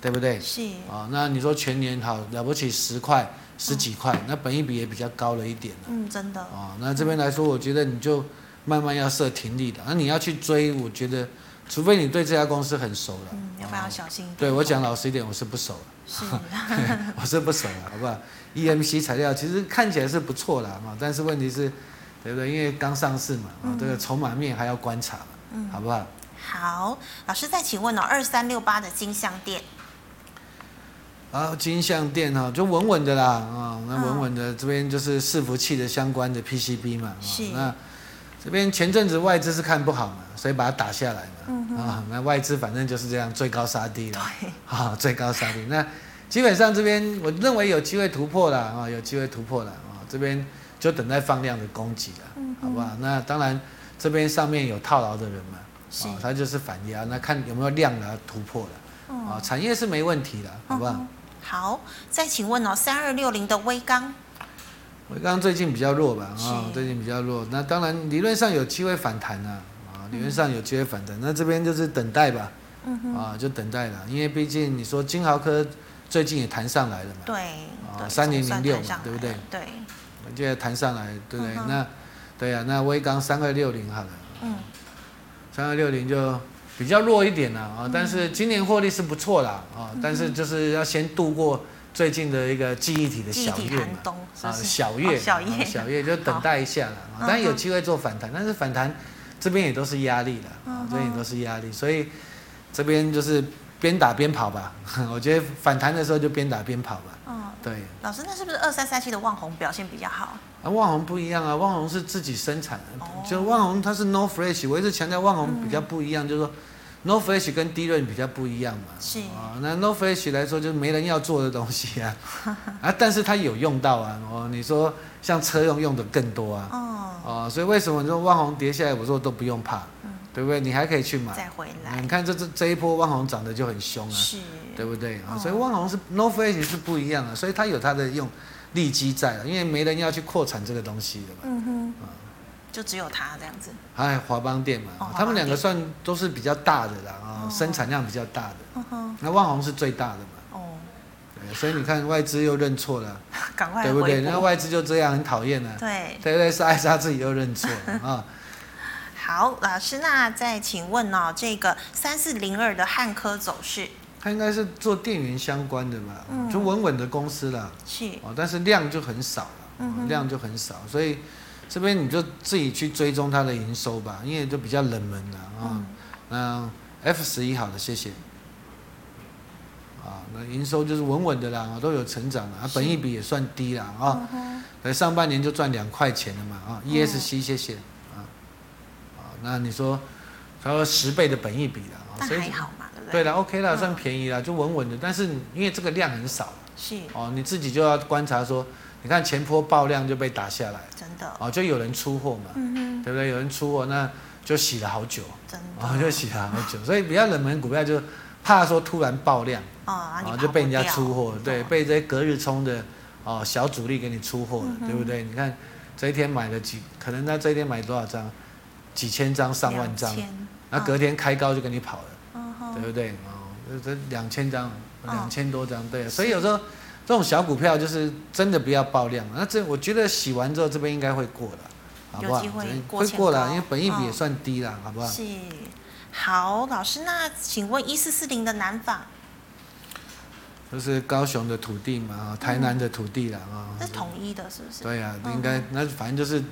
对不对？是，啊，那你说全年好了不起十块十几块，那本益比也比较高了一点了嗯，真的，啊。那这边来说，我觉得你就慢慢要设停利的，那你要去追，我觉得除非你对这家公司很熟了。嗯，要不然要小心一点。对我讲老实一点，我是不熟了，是，我是不熟了，好不好？EMC 材料其实看起来是不错啦，啊，但是问题是，对不对？因为刚上市嘛，啊，这个筹码面还要观察嘛，好不好？好，老师再请问哦，二三六八的金项店，啊，金项店哈，就稳稳的啦啊、那嗯稳稳的这边就是伺服器的相关的 PCB 嘛，啊是那这边前阵子外资是看不好嘛，所以把它打下来嘛，啊、那外资反正就是这样，最高杀低了，嗯对，啊，最高杀低。那基本上这边我认为有机会突破了啊，有机会突破了啊，这边就等待放量的攻击了，嗯好不好？那当然这边上面有套牢的人嘛，是啊，他就是反压，那看有没有量来突破了，哦啊，产业是没问题的，好嗯不好？好，再请问哦，三二六零的微刚，我刚刚最近比较弱吧，啊、是最近比较弱。那当然理论上有机会反弹啊，啊，嗯理论上有机会反弹。那这边就是等待吧，啊，就等待了，因为毕竟你说金豪科最近也弹上来了嘛，对，啊对， 3006总算看嘛上来对不对了？对，我觉得弹上来，对不嗯对？哼那对啊，那威刚三二六零好了，嗯，三二六零就比较弱一点了啊，嗯但是今年获利是不错啦，啊，但是就是要先度过最近的一个记忆体的记忆小体月寒嘛。冬，是啊不，是？小月，哦小月嗯啊小月就等待一下了，啊好当然有机会做反弹，但是反弹这边也都是压力的，嗯啊哼这边也都是压力，所以这边就是边打边跑吧。 我觉得反弹的时候就边打边跑吧。嗯，对，老师，那是不是二三三七的望红表现比较好？啊，旺宏不一样啊，旺宏是自己生产的哦，就旺宏它是 no fresh，我一直强调旺宏比较不一样，就是说 no fresh 跟低润比较不一样嘛。嗯是啊，那 no fresh 来说就是没人要做的东 西啊，啊，但是它有用到啊，哦，你说像车用用的更多啊，哦，哦，所以为什么你说万红跌下来，我说都不用怕，对不对？你还可以去买。嗯再回嗯来你看这这这一波万红涨得就很凶啊，是，对不对啊？哦所以万红是 no face 是不一样的，所以它有它的用利基在了，因为没人要去扩产这个东西的嘛。嗯哼，啊就只有他这样子，还有华邦店嘛哦华邦，他们两个算都是比较大的啦啊哦，生产量比较大的。嗯哼，那万红是最大的嘛，哦， 对所以你看外资又认错了，赶快对不对？回那补，外资就这样很讨厌啊，对，对不对？是艾莎自己又认错了啊。好，老师，那再请问哦，这个三四零二的汉科走势它应该是做电源相关的吧，嗯就稳稳的公司啦，是哦，但是量就很少了，嗯哦哼量就很少，所以这边你就自己去追踪它的营收吧，因为就比较冷门了啊嗯。那 F 十一好的，谢谢。啊，那营收就是稳稳的啦，啊都有成长了，啊，是本益比也算低啦啊，嗯来上半年就赚两块钱了嘛啊，ESC 谢谢啊，啊，那你说他说十倍的本益比了哼，啊，所但还以好嘛，对不对对？了，OK 了，嗯算便宜了，就稳稳的。但是因为这个量很少是哦，你自己就要观察说，你看前坡爆量就被打下来，真的，哦，就有人出货嘛，嗯啊对不对？有人出货，那就洗了好久，哼，真哦，就的，洗了好久。所以比较冷门股票就怕说突然爆量，哦啊，你就被人跑家不掉哦出货，对，，被这些隔日冲的哦小主力给你出货了，嗯对不对？你看这一天买了几，可能他这一天买多少张，几千张、上万张， 2000那隔天开高就给你跑了。嗯哼对不对？哦，这这两千张，嗯两千多张，对，所以有时候这种小股票就是真的不要爆量。那这我觉得洗完之后，这边应该会过了，好不有好？机会这边过会前过高了，因为本益比也嗯算低了，好不好？是，好，老师，那请问一四四零的南纺，啊就是高雄的土地嘛，嗯啊台南的土地了啊。这是统一的，是不是？对呀、嗯应该那反正就是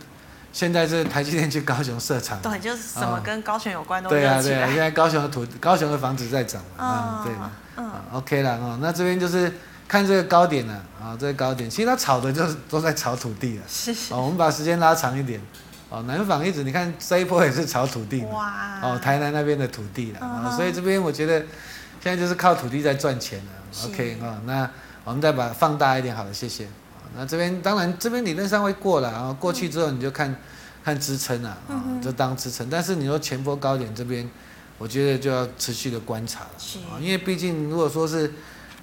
现在是台积电去高雄设厂。 对，就是什么哦跟高雄有关都对呀、热起对呀、啊现来，在高雄的土高雄的房子在涨嘛，啊、对嘛。嗯，啊，OK 了啊，那这边就是看这个高点了啊，这个高点，其实它炒的就是都在炒土地了。是是，啊，我们把时间拉长一点，哦，南纺一直你看这一波也是炒土地嘛，哇，哦，台南那边的土地了，啊嗯啊，哼所以这边我觉得现在就是靠土地在赚钱了。是 OK 啊，那我们再把放大一点好了，谢谢。啊那这边当然这边理论上会过了啊，过嗯哦去之后你就看看支撑了啊，就当支撑，但是你说前波高点这边。我觉得就要持续的观察了是啊，因为毕竟如果说是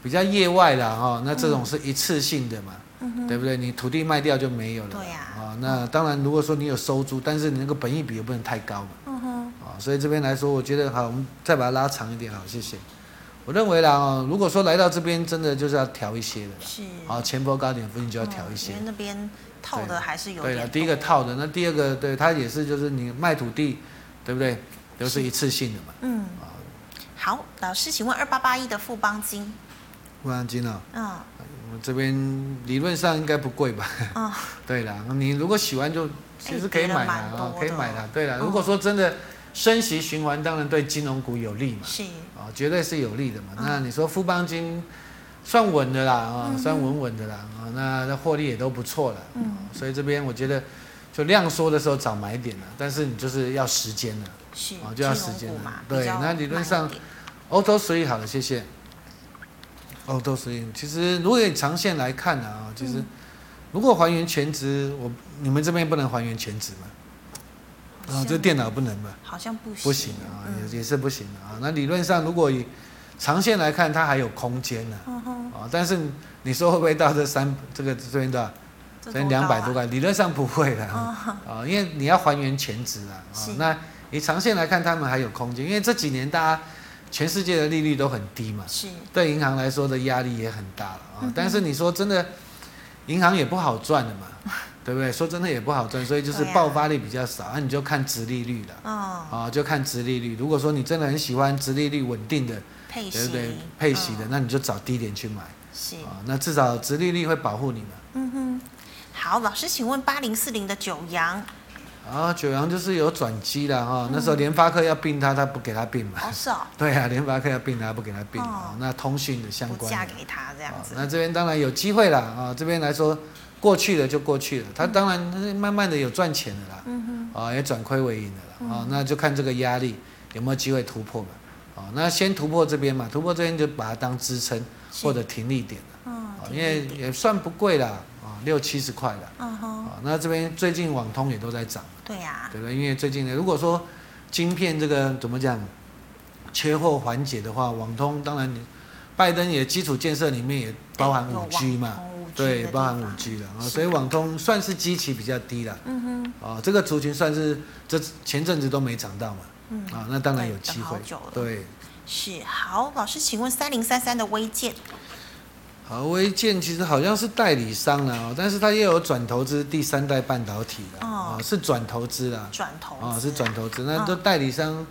比较业外的哈，那这种是一次性的嘛，嗯哼，对不对？你土地卖掉就没有了，对呀啊，那当然如果说你有收租，但是你那个本益比也不能太高嘛，嗯哼，啊，所以这边来说，我觉得好，我们再把它拉长一点，好，谢谢。我认为啦，哦，如果说来到这边，真的就是要调一些的啦，是，好，前坡高点附近就要嗯调一些因。为那边套的还是有对点了，多。第一个套的，那第二个，对它也是就是你卖土地，对不对？都是一次性的嘛，嗯，啊，好，老师，请问二八八一的富邦金，万安金啊，嗯我们这边理论上应该不贵吧？嗯， 对啦，你如果喜欢哎就其实可以买啦，啊，可以买啦。对啦，嗯如果说真的升息循环，当然对金融股有利嘛，是，啊，绝对是有利的嘛。嗯那你说富邦金算稳的啦，啊，嗯算稳稳的啦，啊，那那获利也都不错了，嗯所以这边我觉得就量缩的时候找买点了，但是你就是要时间了。是，哦就要金融时间股了嘛，对比较那理论慢一上点 Auto Three 好了，谢谢。Auto Three，其实如果以长线来看呢啊，其实嗯如果还原全值，我你们这边不能还原全值嘛？好啊，像这电脑不能嘛？好像不行，不行啊，嗯也也是不行的啊。那理论上，如果以长线来看，它还有空间呢嗯哼，啊。但是你说会不会到这三这个这边多少？这这多两百高多啊，块，理论上不会的啊，啊，啊因为你要还原全值啊。啊是那以长线来看，他们还有空间，因为这几年大家全世界的利率都很低嘛，是，对银行来说的压力也很大了嗯啊哼。但是你说真的，银行也不好赚的 嘛，对不对？说真的也不好赚，所以就是对啊爆发力比较少，啊那你就看值利率了。嗯，啊，就看殖利率。如果说你真的很喜欢殖利率稳定的，配对息，不对？配息的，嗯那你就找低点去买是，啊。那至少殖利率会保护你嘛。嗯哼，好，老师，请问八零四零的九 阳，啊，九阳就是有转机了哈。那时候联发科要并它，它不给它并嘛。 哦，是哦，对啊，联发科要并它，不给它并啊哦。那通讯的相不哦关嫁的给他这样啊子，那这边当然有机会啦啊。这边来说，过去的就过去了，它当然它是慢慢的有赚钱的啦。嗯哼，嗯啊，也转亏为盈的了啊、那就看这个压力有没有机会突破嘛。啊、那先突破这边嘛，突破这边就把它当支撑是或者停利点了，嗯啊、，挺因低为点也算不贵啦，啊、六七十块啦。嗯啊、哼，那这边最近网通也都在涨，对啊呀，对不对？因为最近呢，如果说晶片这个怎么讲，缺货缓解的话，网通当然你拜登也基础建设里面也包含有五网 G 嘛，红5G 对，的包含地五方 G 了啊，是所以网通算是基期比较低了。嗯哼，啊、这个族群算是这前阵子都没涨到嘛，嗯，啊、那当然对有机等好会久了。对，是好，老师，请问三零三三的微建，好，微健其实好像是代理商啦，哦但是它也有转投资第三代半导体的，哦啊、是转投资啦，转投啊、资是转投资，那嗯都代理商，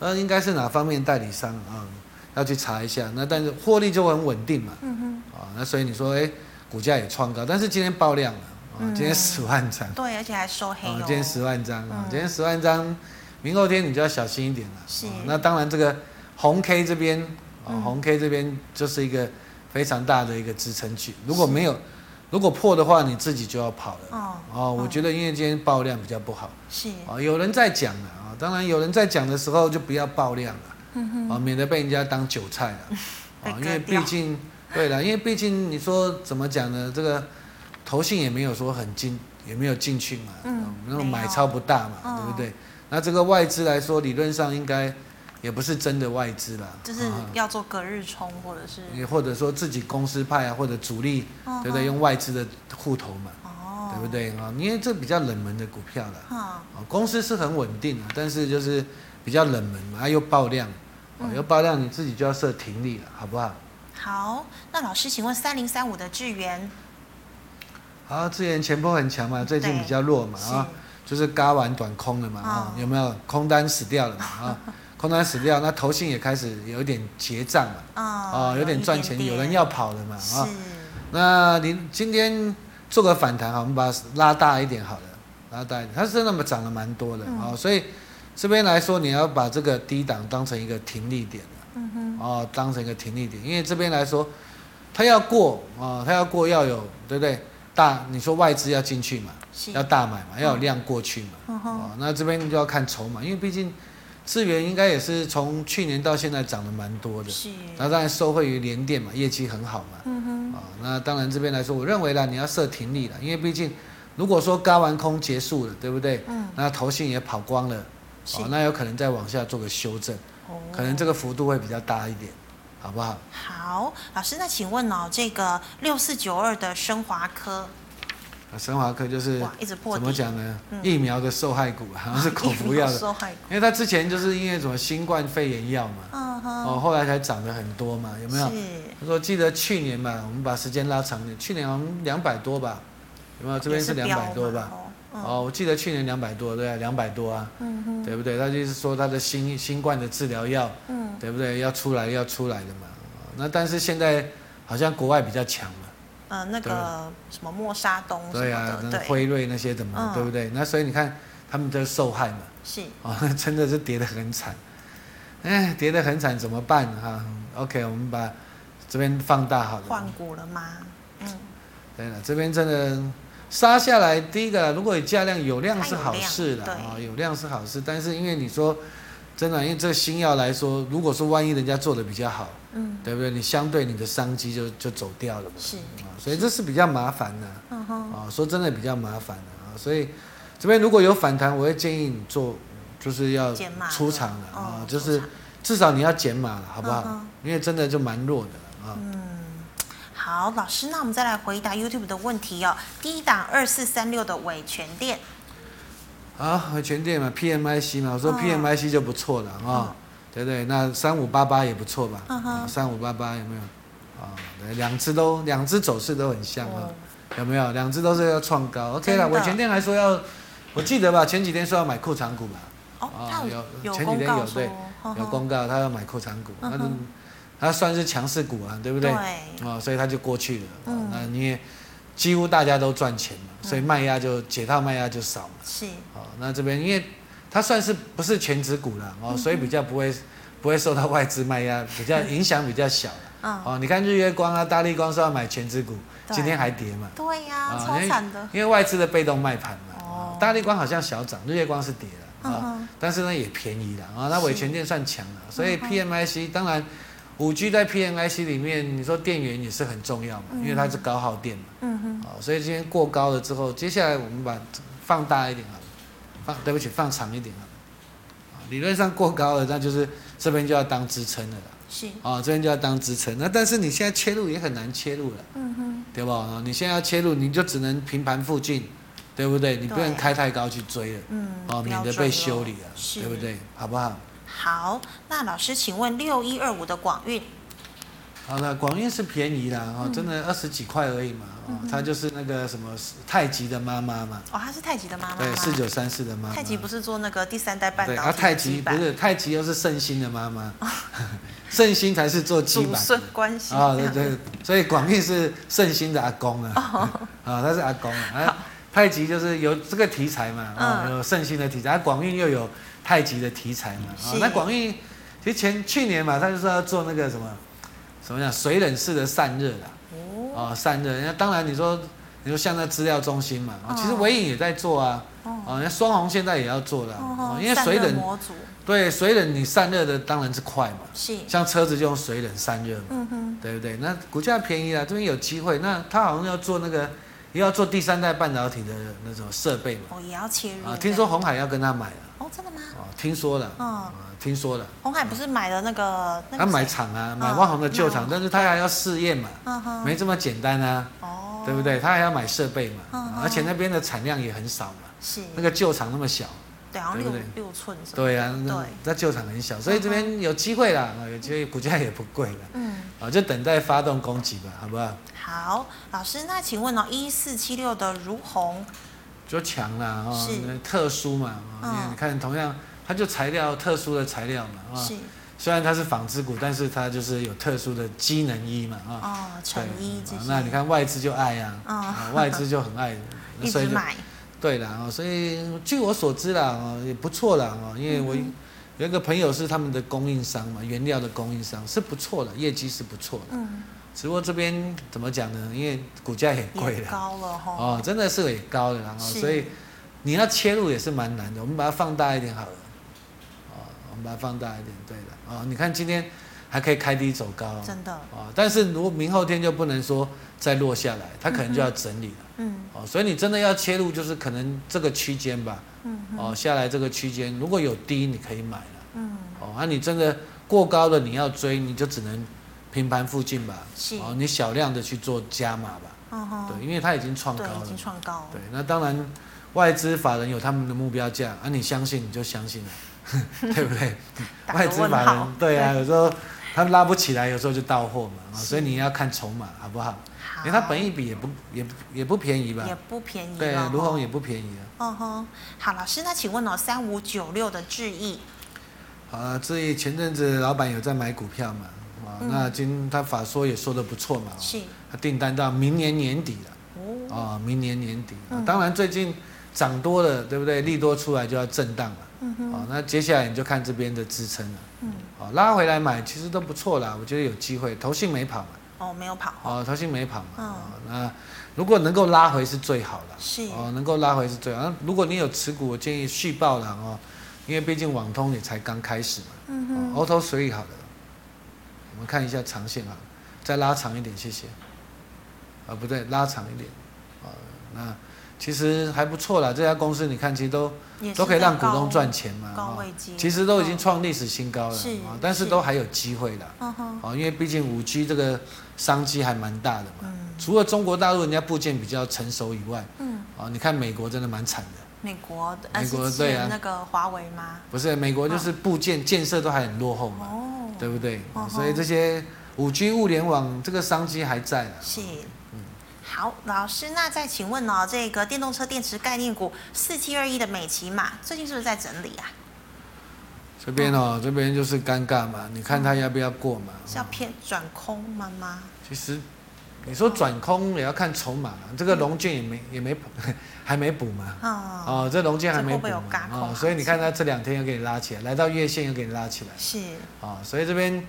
呃，应该是哪方面代理商啊、要去查一下。那但是获利就很稳定嘛，嗯哼，啊、那所以你说，哎、股价也创高，但是今天爆量了，啊、嗯今天十万张，啊、对，而且还收黑哦，今天十万张啊、嗯今天十万张，明后天你就要小心一点了。是啊那当然，这个红 K 这边啊嗯，红 K 这边就是一个非常大的一个支撑区。如果没有，如果破的话，你自己就要跑了。哦，哦，我觉得因为今天爆量比较不好是，啊，有人在讲了啊，当然有人在讲的时候就不要爆量了嗯哼，啊，免得被人家当韭菜 了被啊，因割为掉毕竟对了，因为毕竟你说怎么讲呢？这个投信也没有说很进，也没有进去嘛，嗯啊那种没有买超不大嘛，嗯对不对？那这个外资来说，理论上应该也不是真的外资啦，就是啊要做隔日冲或者是，也或者说自己公司派啊，或者主力，嗯对不对？？用外资的户头嘛，哦，对不？对啊？因为这比较冷门的股票啦。哈，啊，公司是很稳定的，但是就是比较冷门嘛，啊、又爆量，啊、嗯又爆量，你自己就要设停利了，好不好？好，那老师，请问三零三五的智源好，啊之前前波很强嘛，最近对比较弱嘛，是啊，就是嘎完短空了嘛，啊、哦有没有空单死掉了嘛，啊，空单死掉，那投信也开始有一点结账嘛，啊、啊有点赚钱，有人要跑了嘛，是啊，那你今天做个反弹哈，我们把它拉大一点好了，拉大一点，它是真的涨了蛮多的啊、嗯所以这边来说，你要把这个低档当成一个停利点嗯哼，哦，当成一个停利点，因为这边来说，它要过啊、哦，它要过要有对不对？大，你说外资要进去嘛，是要大买嘛，要有量过去嘛，嗯哼哦，那这边就要看筹码，因为毕竟资源应该也是从去年到现在涨得蛮多的，啊是，那当然受惠于联电嘛，业绩很好嘛，嗯哼，啊、那当然这边来说，我认为啦，你要设停利了，因为毕竟如果说嘎完空结束了，对不对？嗯，那投信也跑光了，是哦，那有可能再往下做个修正，哦可能这个幅度会比较大一点，好不好？好，老师，那请问哦，这个六四九二的升华科，啊，生华科就是哇，一直破怎底，么讲呢？嗯疫苗的受害股，啊好像是口服 疫药苗的，受害因为它之前就是因为什么新冠肺炎药嘛，嗯哼，哦，后来才涨得很多嘛，有没有？是，他说记得去年嘛，我们把时间拉长一点，去年好像两百多吧，有没有？这边是也两标百多嘛吧？，哦，哦，我记得去年两百多，对、啊，两百多啊，嗯哼，对不对？那就是说它的新新冠的治疗药，嗯，对不对？要出来要出来的嘛。哦那但是现在好像国外比较强嘛，呃，那个什么默沙东哦什对么啊，的，那对，辉瑞那些怎么，嗯对不对？那所以你看他们在受害嘛，是，哦， 那真的是跌得很惨，哎，跌得很惨怎么办哈、OK，我们把这边放大好了。换股了吗？嗯，对了，这边真的杀下来，第一个，如果有价量有量是好事的它有量啊，对有量是好事，但是因为你说真的，因为这新药来说，如果说万一人家做的比较好，嗯，对不对？你相对你的商机就就走掉了嘛，是，啊，所以这是比较麻烦的嗯哼，啊，说真的比较麻烦的啊，所以这边如果有反弹，我会建议你做，就是要减码了出场了哦啊，就出是场至少你要减码了，好不嗯好哼？因为真的就蛮弱的了啊。好，老师，那我们再来回答 YouTube 的问题哦。第一档二四三六的伟全店，啊，回全店嘛，PMIC 嘛，我说嗯 PMIC 就不错了啊、对不对？那三五八八也不错吧啊嗯哼？三五八八有没有？啊、对两只都两只走势都很像啊、哦有没有？两只都是要创高，OK 真了。的我前天还说要，我记得吧，前几天说要买裤长股吧，哦，啊它有有前几公天告有说嗯对，呵有呵公告他要买裤长股，嗯那哼就他算是强势股啊，对不对？啊、所以他就过去了。啊嗯那你也几乎大家都赚钱嘛，所以卖压就解套卖压就少嘛。是，哦，那这边因为它算是不是全指股了哦，所以比较不会不会受到外资卖压，比较影响比较小啦嗯，哦，你看日月光啊、大力光说要买全指股，对今天还跌嘛，对呀、啊超惨的，因为外资的被动卖盘嘛。哦哦大力光好像小涨，日月光是跌了嗯啊哼，但是呢也便宜了啊，那是伟全电算强了，所以嗯哼 PMIC 当然。五 G 在 PMIC 里面，你说电源也是很重要嘛，因为它是高耗电嘛。嗯哼。好，所以今天过高了之后，接下来我们把放大一点好了，放对不起，放长一点好了。好理论上过高了，那就是这边就要当支撑了啦。是，哦，这边就要当支撑，那但是你现在切入也很难切入了，嗯哼，对吧？你现在要切入，你就只能平盘附近，对不对？你不能对开太高去追了，嗯，哦，不免要得追被了修理了，是对不？对？好不好？好，那老师，请问六一二五的广运，好了，广运是便宜嗯啦，哦，真的二十几块而已嘛，哦，它就是那个什么太极的妈妈嘛，哦，她是太极的妈妈对，吗四九三四的妈妈。太极不是做那个第三代半对，导啊，体太的基极不板，是太极，又是圣心的妈妈， 圣心才是做基祖板孙关系啊，对对，所以广运是圣心的阿公啊，哦 啊，他是阿公啊，啊太极就是有这个题材嘛，啊，嗯有圣心的题材，啊，广运又有太极的题材嘛，啊是，那广运其实前去年嘛，他就说要做那个什么，什么讲水冷式的散热啦，哦，啊，散热，那当然你说你说像那资料中心嘛，啊其实哦微影也在做啊，哦，啊，那双红现在也要做了啊，哦啊因为散水热冷模组对，水冷你散热的当然是快嘛，是，像车子就用水冷散热嘛，嗯哼，对不对？那股价便宜啊，这边有机会。那它好像要做那个，也要做第三代半导体的那种设备嘛。哦，也要切入啊，听说红海要跟他买了，哦，真的吗？哦，听说了，嗯啊，听说了，红海不是买了那个那他个买谁，厂啊，嗯买万宏的旧厂嗯，但是他还要试验嘛，嗯哼，没这么简单啊，哦，对不？对？他还要买设备嘛，嗯啊而且那边的产量也很少嘛，是，那个旧厂那么小，对，好像对六不对六寸什么的，对啊，那对，那旧厂很小，所以这边有机会啦，啊有机会股价也不贵了。嗯，啊，就等待发动攻击吧，好不好？好，老师，那请问哦，一四七六的如虹，就强啦，哦是，那特殊嘛，哦嗯你看同样，它就材料特殊的材料嘛，啊，是，虽然它是纺织股，但是它就是有特殊的机能衣嘛，啊，哦，成衣这对啊些，那你看外资就爱啊，嗯啊外资就很爱， 一所以直就买，对啦，哦，所以据我所知啦，哦，也不错啦，哦，因为我嗯有一个朋友是他们的供应商嘛，原料的供应商是不错的，业绩是不错的，嗯，只不过这边怎么讲呢？因为股价也哎贵也了。高了哈，哦，真的是也高的啦，哦，是所以你要切入也是蛮难的。我们把它放大一点好了，哦，我们把它放大一点，对的，哦，你看今天还可以开低走高啊、真的，但是如果明后天就不能说再落下来，它可能就要整理了。嗯哦，所以你真的要切入，就是可能这个区间吧，嗯哦，下来这个区间，如果有低你可以买了，嗯，哦，那、你真的过高的你要追，你就只能平盘附近吧，是哦，你小量的去做加码吧，哦吼，对，因为它已经创高对，已了经，创高了对，那当然外资法人有他们的目标价，啊，你相信你就相信了， 对不对？ 打外个资问法号人，对啊，有时候他拉不起来，有时候就到货嘛，哦是所以你要看筹码好不好？好，因为它本益比也不也不也不便宜吧也？不便宜哦对了，，卢红也。不便宜啊。哦吼，好，老师，那请问哦，三五九六的智毅，好啊，至于前阵子老板有在买股票嘛，啊，嗯那今他法说也说的不错嘛，是他订单到明年年底了，哦，啊，明年年底，啊嗯当然最近涨多了，对不对？利多出来就要震荡了，嗯哼，啊，那接下来你就看这边的支撑了，嗯，啊，拉回来买其实都不错啦，我觉得有机会，投信没跑嘛，哦，没有跑，啊，投信没跑嘛，嗯啊，那如果能够拉回是最好的，是哦，能够拉回是最好。那如果你有持股，我建议续报了哦，因为毕竟网通也才刚开始嘛。嗯哦哼， ，auto three 好了，我们看一下长线啊，再拉长一点，谢谢。啊，不对，拉长一点。啊，那其实还不错啦，这家公司你看，其实都也是都可以在让股高东赚钱嘛，高啊，位接，其实都已经嗯，创历史新高了，是啊，但是是都还有机会的，嗯哼，啊，因为毕竟五 G 这个商机还蛮大的嘛。嗯除了中国大陆人家部件比较成熟以外，嗯，啊，你看美国真的蛮惨的，美国，呃美国是对签啊那个华为吗？不是美国啊就是部件建设都还很落后嘛。哦，对不对哦？吼所以这些五 G 物联网这个商机还在啊。是。好，老师，那再请问哦，这个电动车电池概念股四七二一的美骑马，最近是不是在整理啊？这边哦，这边就是尴尬嘛，你看它要不要过嘛？是要偏转空吗吗？其实你说转空也要看筹码啦，这个龙券也嗯没也没 还没补嘛。啊、哦，这龙券还没补这会不嘛会有轧空哦行，情所以你看它这两天又给你拉起来，来到月线又给你拉起来嗯是，啊、哦，所以这边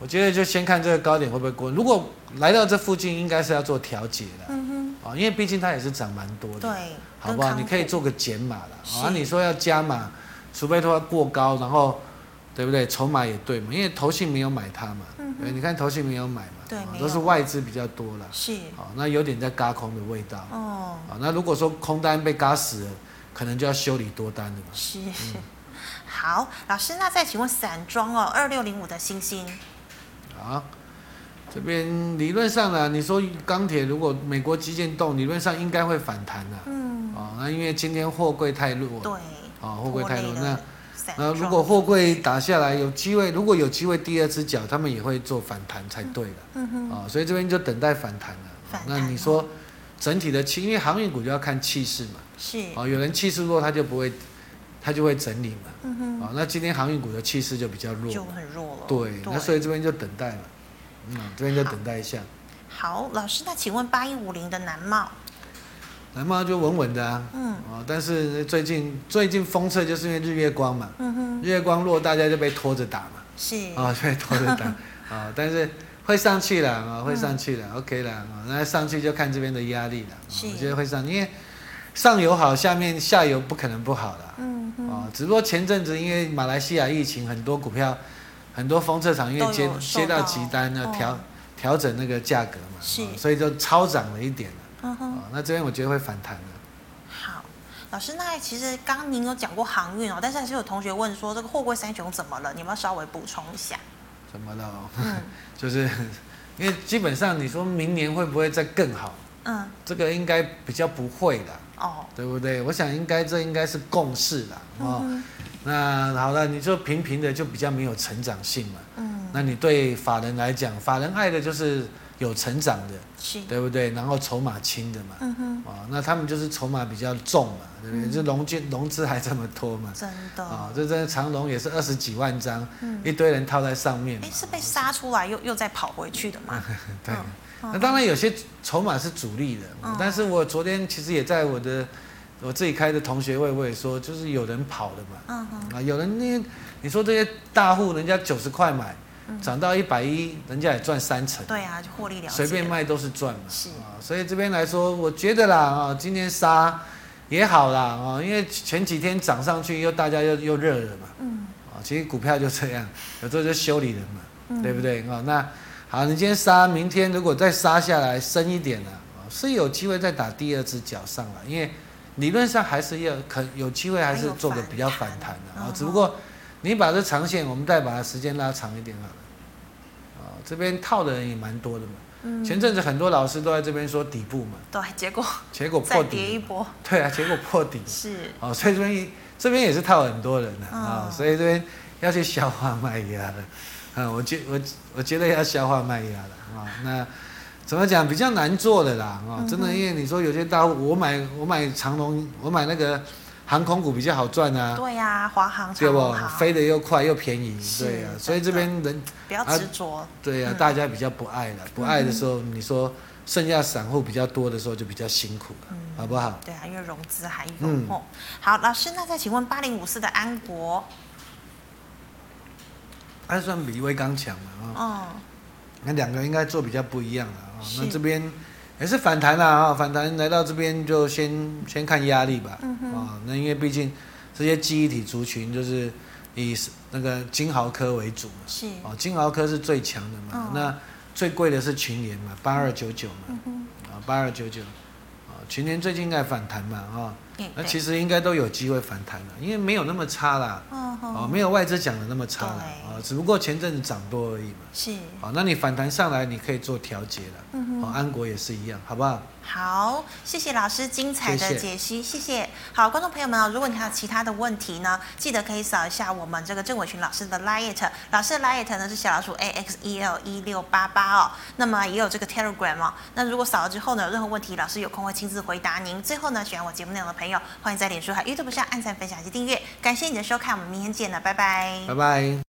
我觉得就先看这个高点会不会过，如果来到这附近，应该是要做调节的嗯啊、哦，因为毕竟它也是涨蛮多哼，的。对，好不跟好？康你可以普做个减码了。是啊，你说要加码，除非它过高，然后对不对？筹码也对嘛，因为投信没有买它嘛。嗯哼对，你看投信没有买嘛，对啊没有都是外资比较多了。是，好，那有点在嘎空的味道。哦，啊，那如果说空单被嘎死了，可能就要修理多单了嘛。是。嗯好，老师，那再请问散装哦，二六零五的星星，啊，这边理论上呢，你说钢铁如果美国基建动，理论上应该会反弹的。嗯，啊，那因为今天货柜太弱了。对，啊，货柜太弱，那散那装如果货柜打下来，有机会，如果有机会第二只脚，他们也会做反弹才对的嗯啊、哼，所以这边就等待反弹了。啊反弹哦那你说整体的气，因为航运股就要看气势嘛。是，哦，有人气势弱，他就不会，他就会整理嘛。嗯哼，哦，那今天航运股的气势就比较弱就嘛。很弱了，对，那所以这边就等待嘛。嗯，这边就等待一下。好，老师，那请问八一五零的南茂，蓝猫就稳稳的啊。嗯哦，但是最近最近封测就是因为日月光嘛，嗯哼，日月光弱，大家就被拖着打嘛。是，啊、对，拖着 打啊，但是会上去了嗯啊，会上去了、o k 了啊，那上去就看这边的压力了，啊是我觉得会上，因为上游好，下面下游不可能不好了嗯哼，啊，只不过前阵子因为马来西亚疫情，很多股票，很多封测厂因为接都有受接到到急单要哦调、调整那个价格嘛，是啊所以就超涨了一点了嗯啊、哼，那这边我觉得会反弹的。好。老师，那其实刚刚您有讲过航运哦，但是还是有同学问说这个货柜三雄怎么了？你们要稍微补充一下。怎么了哦？嗯 就是因为基本上你说明年会不会再更好？嗯，这个应该比较不会啦。哦，对不对？我想应该这应该是共识啦，哦，嗯那好了，你就平平的就比较没有成长性嘛。嗯，那你对法人来讲，法人爱的就是有成长的，是，对不对？然后筹码轻的嘛，嗯哼，哦，那他们就是筹码比较重嘛，对不嗯对？就融券融资还这么多嘛，真的。啊、这真的长龙也是二十几万张，嗯一堆人套在上面嘛哎，。是被杀出来又又再跑回去的吗？对嗯，那当然有些筹码是主力的哦嗯，但是我昨天其实也在我的我自己开的同学会，我也说就是有人跑的嘛，嗯哼，啊，有人那你说这些大户人家九十块买，涨到一百一，人家也赚三成，嗯对啊，就获利了结。随便，卖都是赚嘛，是啊，所以这边来说，我觉得啦啊，今天杀也好啦啊，因为前几天涨上去又大家又又热了嘛，嗯， 啊，其实股票就这样，有时候就修理人嘛，嗯对不对？哦，那好，你今天杀，明天如果再杀下来深一点了、啊，是有机会再打第二只脚上了，因为理论上还是要可有机会还是做个比较反弹的还有反弹啊嗯，只不过你把这长线，我们再把它时间拉长一点好了。啊，这边套的人也蛮多的嘛，嗯，前阵子很多老师都在这边说底部嘛，对，结果结果再哦破跌底一了嘛，波，对啊，结果破底了。是，哦，所以这边这边也是套很多人的啊、嗯所以这边要去消化卖压的，啊，我觉我我觉得要消化卖压的啊，那怎么讲比较难做的啦啊、嗯哼真的，因为你说有些大户，我买我买长龙，我买那个航空股比较好赚啊，对呀，华航、对长不荣？航，飞得又快又便宜，是对啊真，的所以这边人不要啊执着，对啊，嗯大家比较不爱了，不爱的时候，你说剩下散户比较多的时候就比较辛苦了，嗯好不好？对啊，因为融资还有、嗯哦。好，老师，那再请问八零五四的安国，还算比威刚强嘛啊。嗯，那两个应该做比较不一样了啊、是那这边也是反弹了啊，反弹来到这边就先先看压力吧。啊、嗯哼那因为毕竟这些记忆体族群就是以那个金豪科为主嘛。是，哦，金豪科是最强的嘛，哦那最贵的是群联嘛，八二九九嘛，嗯哼，啊、八二九九，啊，群联最近应该反弹嘛，啊、对那其，实应该都有机会反弹了，因为没有那么差啦，嗯哦，哼，没有外资讲的那么差啦，啊、对只不过前阵子涨多而已嘛。是，好，那你反弹上来，你可以做调节了。嗯哼。好，安国也是一样，好不好？好，谢谢老师精彩的谢谢解析，谢谢。好，观众朋友们啊，如果你还有其他的问题呢，记得可以扫一下我们这个郑伟群老师的 liet，老师的 liet 呢是小老鼠 a x e l 一六八八哦，那么也有这个 telegram 哦。那如果扫了之后呢，有任何问题，老师有空会亲自回答您。最后呢，喜欢我节目内容的朋友，欢迎在脸书还有 YouTube 上按赞、分享以及订阅。感谢你的收看，我们明天见了，拜拜拜拜。